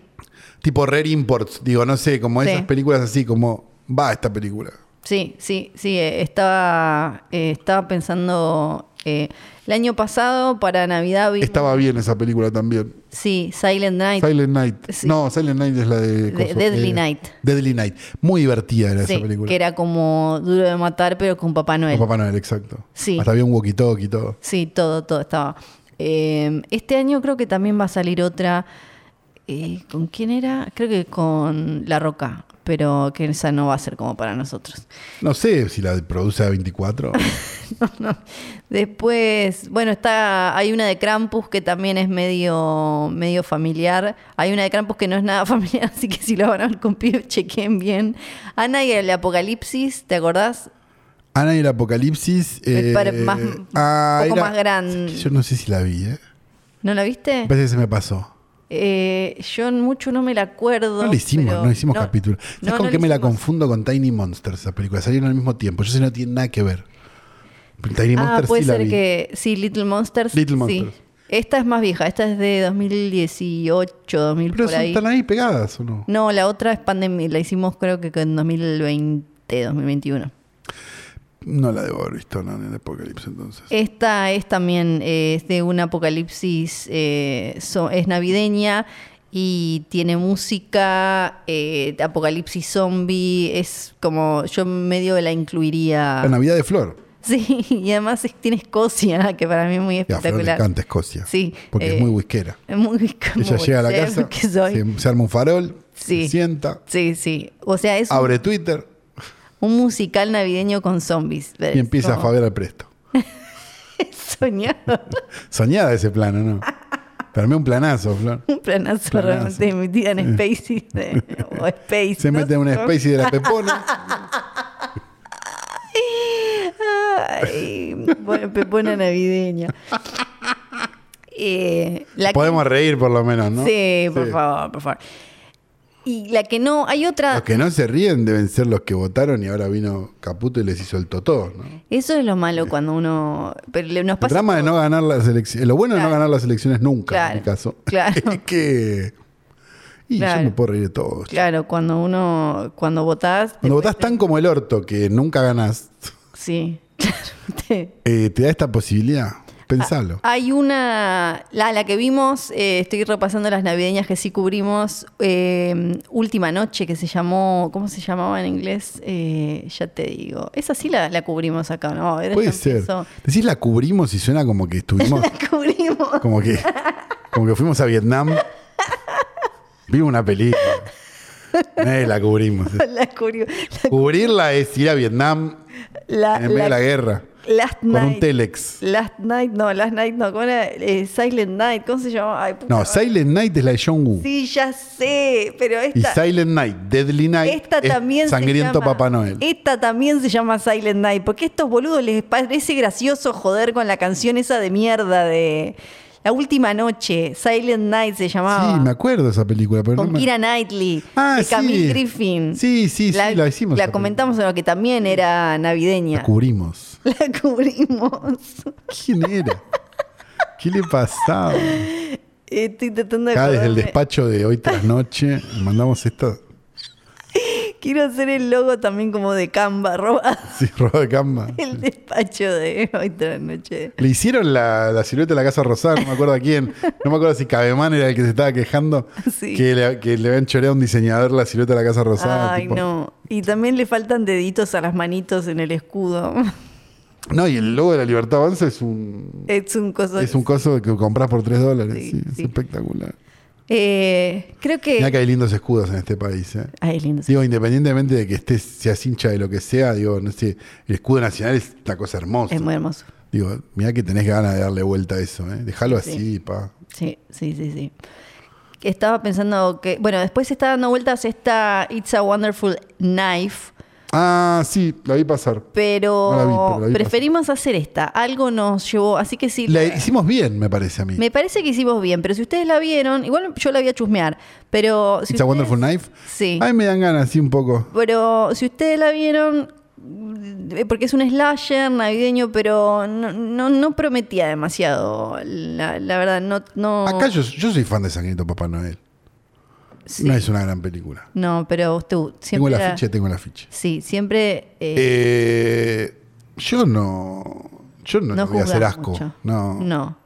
Speaker 2: tipo Rare Imports, digo, no sé, como
Speaker 1: Sí.
Speaker 2: esas películas así, como va esta película.
Speaker 1: Sí, sí, sí, eh, estaba, eh, estaba pensando eh, el año pasado para Navidad vimos-
Speaker 2: Estaba bien esa película también.
Speaker 1: Sí, Silent Night.
Speaker 2: Silent Night.
Speaker 1: Sí.
Speaker 2: No, Silent Night es la de.
Speaker 1: De-
Speaker 2: coso, eh,
Speaker 1: Deadly Night.
Speaker 2: Deadly Night. Muy divertida era
Speaker 1: Sí,
Speaker 2: esa película.
Speaker 1: que era como duro de matar, pero con Papá Noel.
Speaker 2: Con Papá Noel, exacto.
Speaker 1: Sí.
Speaker 2: Hasta había un walkie-talkie y todo.
Speaker 1: Sí, todo, todo estaba. Eh, este año creo que también va a salir otra. eh, ¿Con quién era? Creo que con La Roca, pero que esa no va a ser como para nosotros. [LAUGHS]
Speaker 2: No sé si la produce a 24.
Speaker 1: No, no. Después, bueno, está hay una de Krampus que también es medio, medio familiar. Hay una de Krampus que no es nada [LAUGHS] familiar, así que si lo van a ver con pibes, chequen bien. Ana y el Apocalipsis, ¿te acordás?
Speaker 2: Ana y el Apocalipsis.
Speaker 1: Me
Speaker 2: eh,
Speaker 1: pare- más-
Speaker 2: ah,
Speaker 1: un poco
Speaker 2: era-
Speaker 1: más grande.
Speaker 2: Es que Yo no sé si la vi, ¿eh?
Speaker 1: ¿No la viste?
Speaker 2: Me parece que se me pasó.
Speaker 1: Eh, yo mucho no me la acuerdo.
Speaker 2: No la hicimos,
Speaker 1: pero-
Speaker 2: no hicimos
Speaker 1: no,
Speaker 2: capítulo. ¿Sabes
Speaker 1: no,
Speaker 2: con
Speaker 1: no
Speaker 2: qué
Speaker 1: la
Speaker 2: me la
Speaker 1: hicimos.
Speaker 2: confundo con Tiny Monsters esa película? Salieron al mismo tiempo. Yo sé que no tiene nada que ver. Pero Tiny
Speaker 1: Ah,
Speaker 2: Monsters
Speaker 1: puede
Speaker 2: sí la
Speaker 1: ser
Speaker 2: vi.
Speaker 1: que. Sí, Little Monsters.
Speaker 2: Little
Speaker 1: sí.
Speaker 2: Monsters.
Speaker 1: Esta es más vieja, esta es de 2018, 2000
Speaker 2: Pero
Speaker 1: por
Speaker 2: son-
Speaker 1: ahí.
Speaker 2: están ahí pegadas, ¿o no?
Speaker 1: No, la otra es pandemia, la hicimos creo que en 2020, 2021.
Speaker 2: No la debo haber visto, no, en el Apocalipsis entonces.
Speaker 1: Esta es también eh, es de un apocalipsis, eh, so- es navideña y tiene música, eh, apocalipsis zombie, es como yo medio la incluiría.
Speaker 2: La Navidad de Flor.
Speaker 1: [LAUGHS] Sí, y además es- tiene Escocia, que para mí es muy
Speaker 2: Y a Flor le
Speaker 1: espectacular.
Speaker 2: encanta Escocia.
Speaker 1: Sí,
Speaker 2: Porque
Speaker 1: eh,
Speaker 2: es muy whiskera.
Speaker 1: Es muy [LAUGHS]
Speaker 2: Ella
Speaker 1: como
Speaker 2: llega a la
Speaker 1: ser [LAUGHS]
Speaker 2: casa,
Speaker 1: que soy.
Speaker 2: se, se arma un farol,
Speaker 1: Sí.
Speaker 2: se sienta,
Speaker 1: Sí, sí. O sea, es un,
Speaker 2: abre Twitter
Speaker 1: un musical navideño con zombies.
Speaker 2: y empieza a
Speaker 1: Faber
Speaker 2: faber al presto.
Speaker 1: [LAUGHS] Soñado.
Speaker 2: Soñada ese plano, ¿no? Te armé un planazo, Flor.
Speaker 1: Un planazo,
Speaker 2: Planazo.
Speaker 1: realmente emitida en Spacey. eh, o Space.
Speaker 2: Se
Speaker 1: ¿no?
Speaker 2: mete en una especie de
Speaker 1: [LAUGHS]
Speaker 2: la pepona.
Speaker 1: Ay, bueno, pepona
Speaker 2: [LAUGHS]
Speaker 1: navideña. Eh, la que-
Speaker 2: Podemos reír por lo menos, ¿no?
Speaker 1: Sí, por
Speaker 2: Sí.
Speaker 1: favor, por favor. Y la que no, hay otra.
Speaker 2: Los que no se ríen deben ser los que votaron y ahora vino Caputo y les hizo el totó, ¿no?
Speaker 1: Eso es lo malo cuando uno. Pero le- nos
Speaker 2: El
Speaker 1: pasa.
Speaker 2: drama de no ganar las elecciones. Lo bueno de
Speaker 1: Claro.
Speaker 2: no ganar las elecciones nunca, en
Speaker 1: Claro,
Speaker 2: mi caso. [LAUGHS]
Speaker 1: claro.
Speaker 2: Es que. Y
Speaker 1: Claro.
Speaker 2: yo me puedo reír de todo.
Speaker 1: Claro, cuando uno. Cuando votás.
Speaker 2: Cuando votás tan como el orto que nunca ganás,
Speaker 1: Sí, [LAUGHS] claro. te-
Speaker 2: eh, te da esta posibilidad. Pensalo.
Speaker 1: Hay una, la, la que vimos, eh, estoy repasando las navideñas que sí cubrimos, eh, Última Noche, que se llamó, ¿cómo se llamaba en inglés? Eh, ya te digo, esa sí la, la cubrimos acá, ¿no? A ver,
Speaker 2: Puede
Speaker 1: ya
Speaker 2: ser.
Speaker 1: empiezo.
Speaker 2: Decís la cubrimos y suena como
Speaker 1: [LAUGHS]
Speaker 2: que estuvimos.
Speaker 1: La [LAUGHS] cubrimos.
Speaker 2: como que. Como que fuimos a Vietnam. Vimos
Speaker 1: [LAUGHS]
Speaker 2: una película. Eh, la cubrimos.
Speaker 1: La cubrimos.
Speaker 2: Cubrirla es ir a Vietnam
Speaker 1: Ah, La,
Speaker 2: en el medio de la guerra.
Speaker 1: Last
Speaker 2: Con
Speaker 1: Night.
Speaker 2: un telex.
Speaker 1: Last Night, no, Last Night no, ¿cómo era? Eh, Silent Night, ¿cómo se llamaba? Ay, puta
Speaker 2: No,
Speaker 1: madre.
Speaker 2: Silent Night es la de John Woo.
Speaker 1: Sí, ya sé, pero
Speaker 2: Y
Speaker 1: esta...
Speaker 2: Silent Night, Deadly Night,
Speaker 1: Esta
Speaker 2: es
Speaker 1: también
Speaker 2: Sangriento
Speaker 1: se llama,
Speaker 2: Papá Noel.
Speaker 1: Esta también se llama Silent Night, porque a estos boludos les parece gracioso joder con la canción esa de mierda de La última noche, Silent Night se llamaba.
Speaker 2: Sí, me acuerdo de esa película, pero
Speaker 1: con
Speaker 2: no me-
Speaker 1: Kira Knightley,
Speaker 2: Ah,
Speaker 1: de
Speaker 2: sí.
Speaker 1: Camille Griffin.
Speaker 2: Sí, sí, sí, la hicimos
Speaker 1: La
Speaker 2: esa
Speaker 1: comentamos en lo que también era navideña.
Speaker 2: La cubrimos.
Speaker 1: [LAUGHS] La cubrimos.
Speaker 2: ¿Quién era? ¿Qué le pasaba?
Speaker 1: Estoy tratando de
Speaker 2: Acá desde el
Speaker 1: acordarme.
Speaker 2: despacho de hoy tras noche mandamos esta
Speaker 1: Quiero hacer el logo también como de Canva, [LAUGHS] robado
Speaker 2: sí, roba de cama.
Speaker 1: el despacho de hoy tras noche.
Speaker 2: Le hicieron la, la silueta de la Casa Rosada, no me acuerdo a quién. No me acuerdo si Cabemán era el que se estaba quejando
Speaker 1: Sí.
Speaker 2: que, le, que le habían choreado a un diseñador la silueta de la Casa Rosada.
Speaker 1: Ay,
Speaker 2: tipo.
Speaker 1: no. Y también le faltan deditos a las manitos en el escudo. [LAUGHS]
Speaker 2: No, y el logo de la Libertad Avanza es un,
Speaker 1: es un coso.
Speaker 2: es un coso que compras por 3 dólares.
Speaker 1: Sí,
Speaker 2: sí, es
Speaker 1: sí.
Speaker 2: espectacular.
Speaker 1: Eh, creo que.
Speaker 2: Mirá que hay lindos escudos en este país. ¿eh?
Speaker 1: Ay, lindo.
Speaker 2: Digo, independientemente de que estés, seas hincha de lo que sea, digo, no sé, el escudo nacional es una cosa hermosa.
Speaker 1: Es muy hermoso.
Speaker 2: Digo, mirá que tenés ganas de darle vuelta a eso, ¿eh? Dejalo
Speaker 1: Sí,
Speaker 2: así, pa.
Speaker 1: Sí, sí, sí, sí. Estaba pensando que. Bueno, después está dando vueltas esta It's a Wonderful Knife.
Speaker 2: Ah, sí, la vi pasar.
Speaker 1: Pero
Speaker 2: No la vi, pero la vi
Speaker 1: preferimos hacer esta. Algo nos llevó. Así que sí.
Speaker 2: La hicimos bien, me parece a mí.
Speaker 1: Me parece que hicimos bien, pero si ustedes la vieron, igual yo la voy a chusmear. Pero. Si
Speaker 2: It's a
Speaker 1: ustedes-
Speaker 2: Wonderful Knife. Ah,
Speaker 1: Sí.
Speaker 2: A mí me dan ganas, sí, un poco.
Speaker 1: Pero si ustedes la vieron, eh, porque es un slasher navideño, pero no, no, no prometía demasiado. La, la verdad, no. no
Speaker 2: Acá yo, yo soy fan de Sangrito Papá Noel.
Speaker 1: sí.
Speaker 2: No es una gran película.
Speaker 1: No, pero usted
Speaker 2: Tengo
Speaker 1: siempre.
Speaker 2: la
Speaker 1: era-
Speaker 2: ficha, tengo la ficha.
Speaker 1: Sí, siempre. eh,
Speaker 2: Eh, yo no. Yo no,
Speaker 1: no
Speaker 2: le voy a hacer
Speaker 1: juzgás
Speaker 2: asco.
Speaker 1: mucho.
Speaker 2: No.
Speaker 1: No.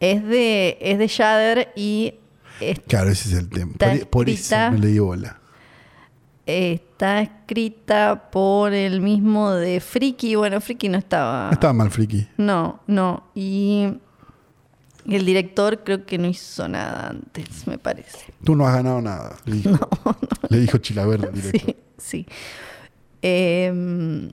Speaker 1: Es de, es de Shudder y es-
Speaker 2: Claro, ese es el tema.
Speaker 1: Está
Speaker 2: Por, por eso
Speaker 1: escrita-
Speaker 2: no le di bola.
Speaker 1: está escrita por el mismo de Friki. Bueno, Friki no estaba.
Speaker 2: No estaba mal, friki.
Speaker 1: No, no. Y el director creo que no hizo nada antes, me parece.
Speaker 2: Tú no has ganado nada. Le
Speaker 1: [LAUGHS]
Speaker 2: dijo, le dijo Chilaverde directo.
Speaker 1: Sí, [LAUGHS] sí. Em,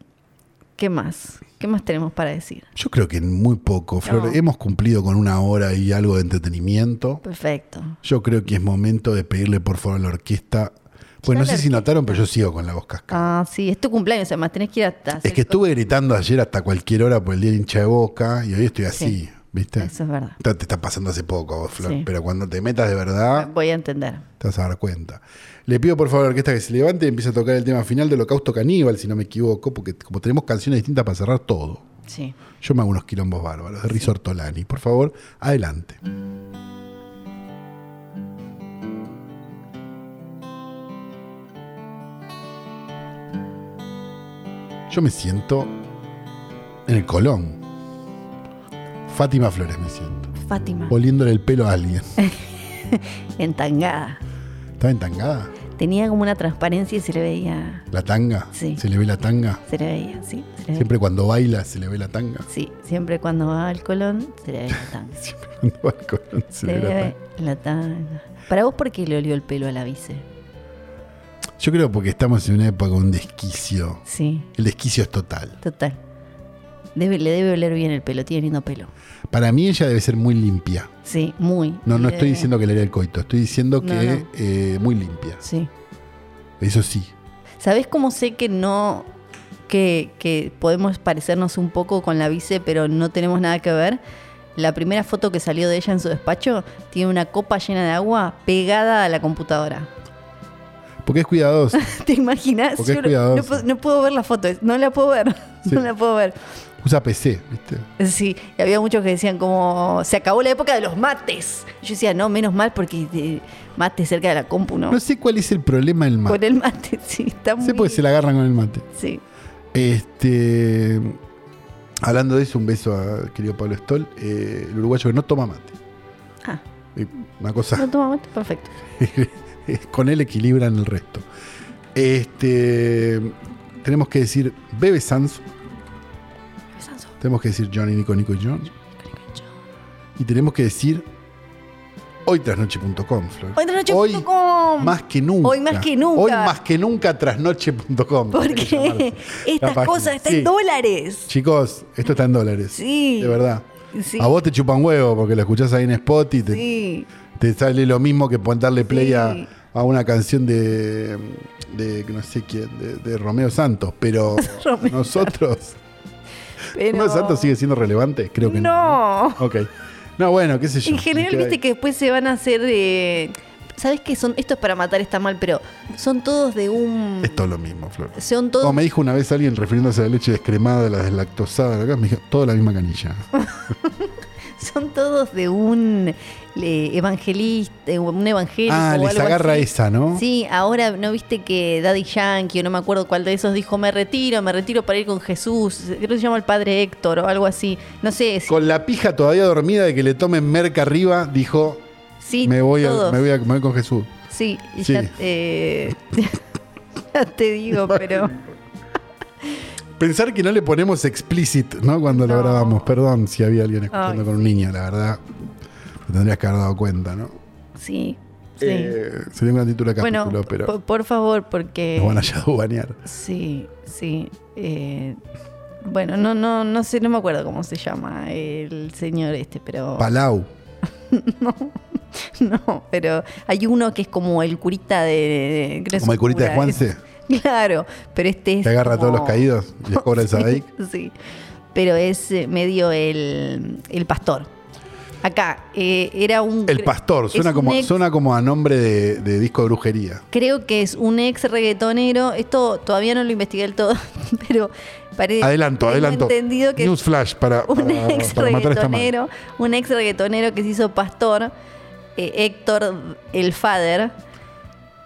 Speaker 1: ¿Qué más? ¿Qué más tenemos para decir?
Speaker 2: Yo creo que en muy poco, Flor.
Speaker 1: No.
Speaker 2: Hemos cumplido con una hora y algo de entretenimiento.
Speaker 1: Perfecto.
Speaker 2: Yo creo que es momento de pedirle por favor a la orquesta. Pues no
Speaker 1: la
Speaker 2: sé si
Speaker 1: orquesta.
Speaker 2: notaron, pero yo sigo con la voz cascada.
Speaker 1: Ah, sí, es tu cumpleaños, además tenés que ir hasta.
Speaker 2: es que estuve gritando ayer hasta cualquier hora por el día del hincha de boca y hoy estoy así,
Speaker 1: Sí.
Speaker 2: ¿viste?
Speaker 1: Eso es verdad.
Speaker 2: Te, te está pasando hace poco, vos, Flor.
Speaker 1: Sí.
Speaker 2: Pero cuando te metas de verdad,
Speaker 1: Voy a entender.
Speaker 2: te vas a dar cuenta. Le pido por favor a la orquesta que se levante y empiece a tocar el tema final de Holocausto Caníbal, si no me equivoco, porque como tenemos canciones distintas para cerrar todo.
Speaker 1: Sí.
Speaker 2: Yo me hago unos quilombos bárbaros de Rizzo Ortolani. Por favor, adelante. Yo me siento en el Colón. Fátima Flores me siento.
Speaker 1: Fátima,
Speaker 2: Oliéndole el pelo a alguien.
Speaker 1: entangada.
Speaker 2: ¿Estaba entangada?
Speaker 1: Tenía como una transparencia y se le veía.
Speaker 2: ¿La tanga?
Speaker 1: Sí.
Speaker 2: ¿Se le ve la tanga?
Speaker 1: Se le veía, sí. Se le veía.
Speaker 2: Siempre cuando baila se le ve la tanga. [LAUGHS]
Speaker 1: Sí, siempre cuando va al colón, se le veía tan.
Speaker 2: Siempre cuando va al Colón se
Speaker 1: se
Speaker 2: le
Speaker 1: le
Speaker 2: ve la tanga.
Speaker 1: ve la tanga. Para vos, ¿por qué le olió el pelo a la vice?
Speaker 2: Yo creo porque estamos en una época con un desquicio.
Speaker 1: Sí,
Speaker 2: El desquicio es total.
Speaker 1: total. Debe, le debe oler bien el pelo, tiene lindo pelo.
Speaker 2: Para mí ella debe ser muy limpia.
Speaker 1: Sí, muy.
Speaker 2: No, no
Speaker 1: Le
Speaker 2: estoy
Speaker 1: debe-
Speaker 2: diciendo que le haría el coito, estoy diciendo que
Speaker 1: No, no.
Speaker 2: eh, muy limpia.
Speaker 1: Sí.
Speaker 2: Eso sí.
Speaker 1: ¿Sabés cómo sé que no. Que, que podemos parecernos un poco con la vice, pero no tenemos nada que ver? La primera foto que salió de ella en su despacho tiene una copa llena de agua pegada a la computadora. [LAUGHS]
Speaker 2: Porque es cuidadosa.
Speaker 1: ¿Te imaginas?
Speaker 2: Porque es
Speaker 1: Yo no,
Speaker 2: cuidadoso.
Speaker 1: no puedo, no puedo ver la foto, es- no la puedo ver.
Speaker 2: Sí.
Speaker 1: [LAUGHS] No la puedo ver.
Speaker 2: Usa PC, ¿viste?
Speaker 1: Sí, y había muchos que decían como se acabó la época de los mates. Yo decía, no, menos mal porque eh, mate cerca de la compu, ¿no?
Speaker 2: No sé cuál es el problema del
Speaker 1: Con
Speaker 2: mate.
Speaker 1: el mate, [LAUGHS] sí, está muy
Speaker 2: Sé porque se la agarran con el mate.
Speaker 1: Sí.
Speaker 2: Este. Hablando de eso, un beso a querido Pablo Stoll, eh, el uruguayo que no toma mate.
Speaker 1: Ah,
Speaker 2: Eh, Una cosa. [LAUGHS] eh,
Speaker 1: no toma mate, perfecto.
Speaker 2: con él equilibran el resto. Este, tenemos que decir Bebe Sans,
Speaker 1: Sanso,
Speaker 2: tenemos que decir Johnny Nico Nico y John, y tenemos que decir hoytrasnoche.com, Flor.
Speaker 1: Hoy trasnoche
Speaker 2: Hoy
Speaker 1: punto com.
Speaker 2: más que nunca.
Speaker 1: Hoy más que nunca.
Speaker 2: Hoy más que nunca trasnoche.com. Hay que
Speaker 1: Porque
Speaker 2: llamarse.
Speaker 1: [LAUGHS]
Speaker 2: La
Speaker 1: estas
Speaker 2: página.
Speaker 1: cosas están
Speaker 2: Sí.
Speaker 1: en dólares.
Speaker 2: Chicos, esto está en dólares.
Speaker 1: Sí.
Speaker 2: De verdad.
Speaker 1: Sí.
Speaker 2: A vos te chupan huevo porque lo escuchás ahí en Spot y te,
Speaker 1: Sí.
Speaker 2: te sale lo mismo que pon- darle play
Speaker 1: Sí.
Speaker 2: a, a una canción de, de no sé quién, de, de Romeo Santos, pero
Speaker 1: [LAUGHS] Romeo.
Speaker 2: nosotros,
Speaker 1: Pero...
Speaker 2: ¿Romeo Santos sigue siendo relevante? Creo que no.
Speaker 1: No.
Speaker 2: Ok. No, bueno, qué sé yo.
Speaker 1: En general,
Speaker 2: me queda
Speaker 1: viste
Speaker 2: ahí.
Speaker 1: que después se van a hacer. eh, ¿Sabes qué son? Esto es para matar, está mal, pero son todos de un.
Speaker 2: Es todo lo mismo, Flor.
Speaker 1: Son todos.
Speaker 2: Como Oh, me dijo una vez alguien refiriéndose a la leche descremada, la deslactosada, la cosa, me dijo, toda la
Speaker 1: [LAUGHS]
Speaker 2: misma canilla.
Speaker 1: Son todos de un eh, evangelista, eh, un evangélico.
Speaker 2: ah,
Speaker 1: o
Speaker 2: les
Speaker 1: algo
Speaker 2: agarra
Speaker 1: así.
Speaker 2: esa, ¿no?
Speaker 1: Sí, ahora no viste que Daddy Yankee, o no me acuerdo cuál de esos, dijo: Me retiro, me retiro para ir con Jesús. Creo que se llama el padre Héctor o algo así. No sé. si-
Speaker 2: Con la pija todavía dormida de que le tomen merca arriba, dijo,
Speaker 1: sí,
Speaker 2: me, voy a-
Speaker 1: todos.
Speaker 2: me, voy a- me voy con Jesús.
Speaker 1: Sí, y
Speaker 2: Sí.
Speaker 1: Ya, eh, [LAUGHS] ya te digo, pero.
Speaker 2: [LAUGHS] Pensar que no le ponemos explicit, ¿no? Cuando lo
Speaker 1: No.
Speaker 2: grabamos, perdón si había alguien escuchando
Speaker 1: Ay,
Speaker 2: con un niño, la verdad. Te tendrías que haber dado cuenta, ¿no?
Speaker 1: Sí. Sí.
Speaker 2: Eh, sería una título de capítulo,
Speaker 1: Bueno,
Speaker 2: pero
Speaker 1: po- por favor, porque...
Speaker 2: nos van a [LAUGHS] ya banear.
Speaker 1: Sí, sí. eh, bueno, no, no, no sé, no me acuerdo cómo se llama el señor este, pero...
Speaker 2: Palau.
Speaker 1: [LAUGHS] No, pero hay uno que es como el curita de... de- creo que
Speaker 2: Como
Speaker 1: es
Speaker 2: el curita de
Speaker 1: cura,
Speaker 2: Juanse.
Speaker 1: es- [LAUGHS] claro, pero este es...
Speaker 2: Que agarra a todos los
Speaker 1: como-
Speaker 2: caídos
Speaker 1: [LAUGHS]
Speaker 2: y les cobra el
Speaker 1: sí,
Speaker 2: Sadaic.
Speaker 1: sí, pero es eh, medio el, el pastor. Acá, eh, era un...
Speaker 2: El pastor,
Speaker 1: es
Speaker 2: suena
Speaker 1: un
Speaker 2: como,
Speaker 1: ex-
Speaker 2: suena como a nombre de, de disco de brujería.
Speaker 1: Creo que es un ex reggaetonero. Esto todavía no lo investigué del todo, [LAUGHS] pero parece.
Speaker 2: Adelanto,
Speaker 1: tengo
Speaker 2: adelanto.
Speaker 1: entendido que es
Speaker 2: Newsflash para,
Speaker 1: [LAUGHS] un
Speaker 2: para-
Speaker 1: ex
Speaker 2: para matar a esta madre.
Speaker 1: reggaetonero, un ex reggaetonero que se hizo pastor, eh, Héctor el Fader.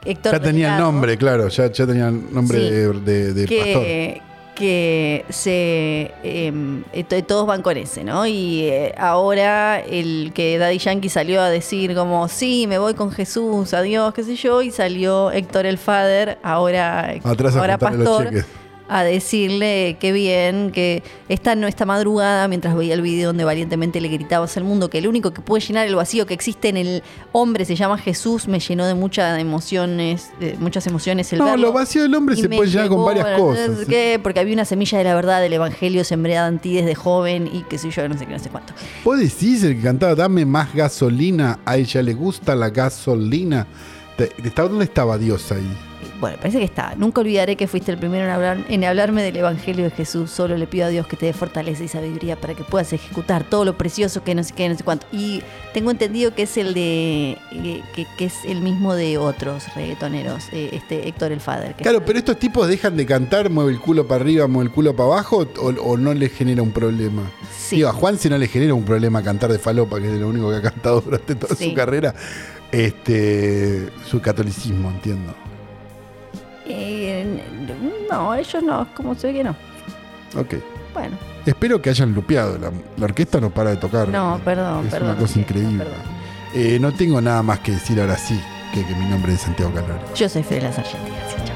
Speaker 1: Héctor
Speaker 2: Ya tenía el
Speaker 1: Delgado,
Speaker 2: nombre, claro, ya, ya tenía el nombre
Speaker 1: Sí.
Speaker 2: de, de- del pastor.
Speaker 1: Que, que se em, esto- todos van con ese, ¿no? Y eh, ahora el que Daddy Yankee salió a decir como, sí, me voy con Jesús, adiós, qué sé yo, y salió Héctor el Fader, ahora,
Speaker 2: Atrás a
Speaker 1: ahora
Speaker 2: juntarle los cheques.
Speaker 1: a decirle que bien, que esta no esta madrugada, mientras veía el video donde valientemente le gritabas al mundo que el único que puede llenar el vacío que existe en el hombre se llama Jesús, me llenó de muchas emociones, de muchas emociones el
Speaker 2: No,
Speaker 1: verlo.
Speaker 2: lo vacío del hombre
Speaker 1: Y
Speaker 2: se
Speaker 1: me
Speaker 2: puede llenar con
Speaker 1: llegó,
Speaker 2: varias
Speaker 1: bueno,
Speaker 2: cosas,
Speaker 1: no sé
Speaker 2: sí.
Speaker 1: qué, Porque había una semilla de la verdad del evangelio sembrada en ti desde joven y qué sé yo, no sé qué, no sé cuánto. Eh,
Speaker 2: Vos decís el que cantaba, dame más gasolina, a ella le gusta la gasolina. Te- te estaba- ¿Dónde estaba Dios ahí?
Speaker 1: Bueno, parece que está. Nunca olvidaré que fuiste el primero en, hablar- en hablarme del Evangelio de Jesús. Solo le pido a Dios que te dé fortaleza y sabiduría para que puedas ejecutar todo lo precioso que no sé qué, no sé cuánto. Y tengo entendido que es el de. eh, que, que es el mismo de otros reggaetoneros, eh, este Héctor el Fader. que-
Speaker 2: Claro, pero estos tipos dejan de cantar, mueve el culo para arriba, mueve el culo para abajo, o, o no les genera un problema.
Speaker 1: Sí.
Speaker 2: Digo, a Juan si no le genera un problema cantar de falopa, que es lo único que ha cantado durante toda
Speaker 1: Sí.
Speaker 2: su carrera, este, su catolicismo, entiendo.
Speaker 1: Eh, no, ellos no, como se ve que no.
Speaker 2: Ok.
Speaker 1: Bueno.
Speaker 2: Espero que hayan lupeado. La, la orquesta no para de tocar.
Speaker 1: No,
Speaker 2: Eh,
Speaker 1: perdón,
Speaker 2: Es
Speaker 1: perdón,
Speaker 2: una cosa
Speaker 1: sí,
Speaker 2: increíble.
Speaker 1: perdón.
Speaker 2: Eh, no tengo nada más que decir ahora sí que, que mi nombre es Santiago Calori.
Speaker 1: Yo soy Fede Las Argentinas. Chao.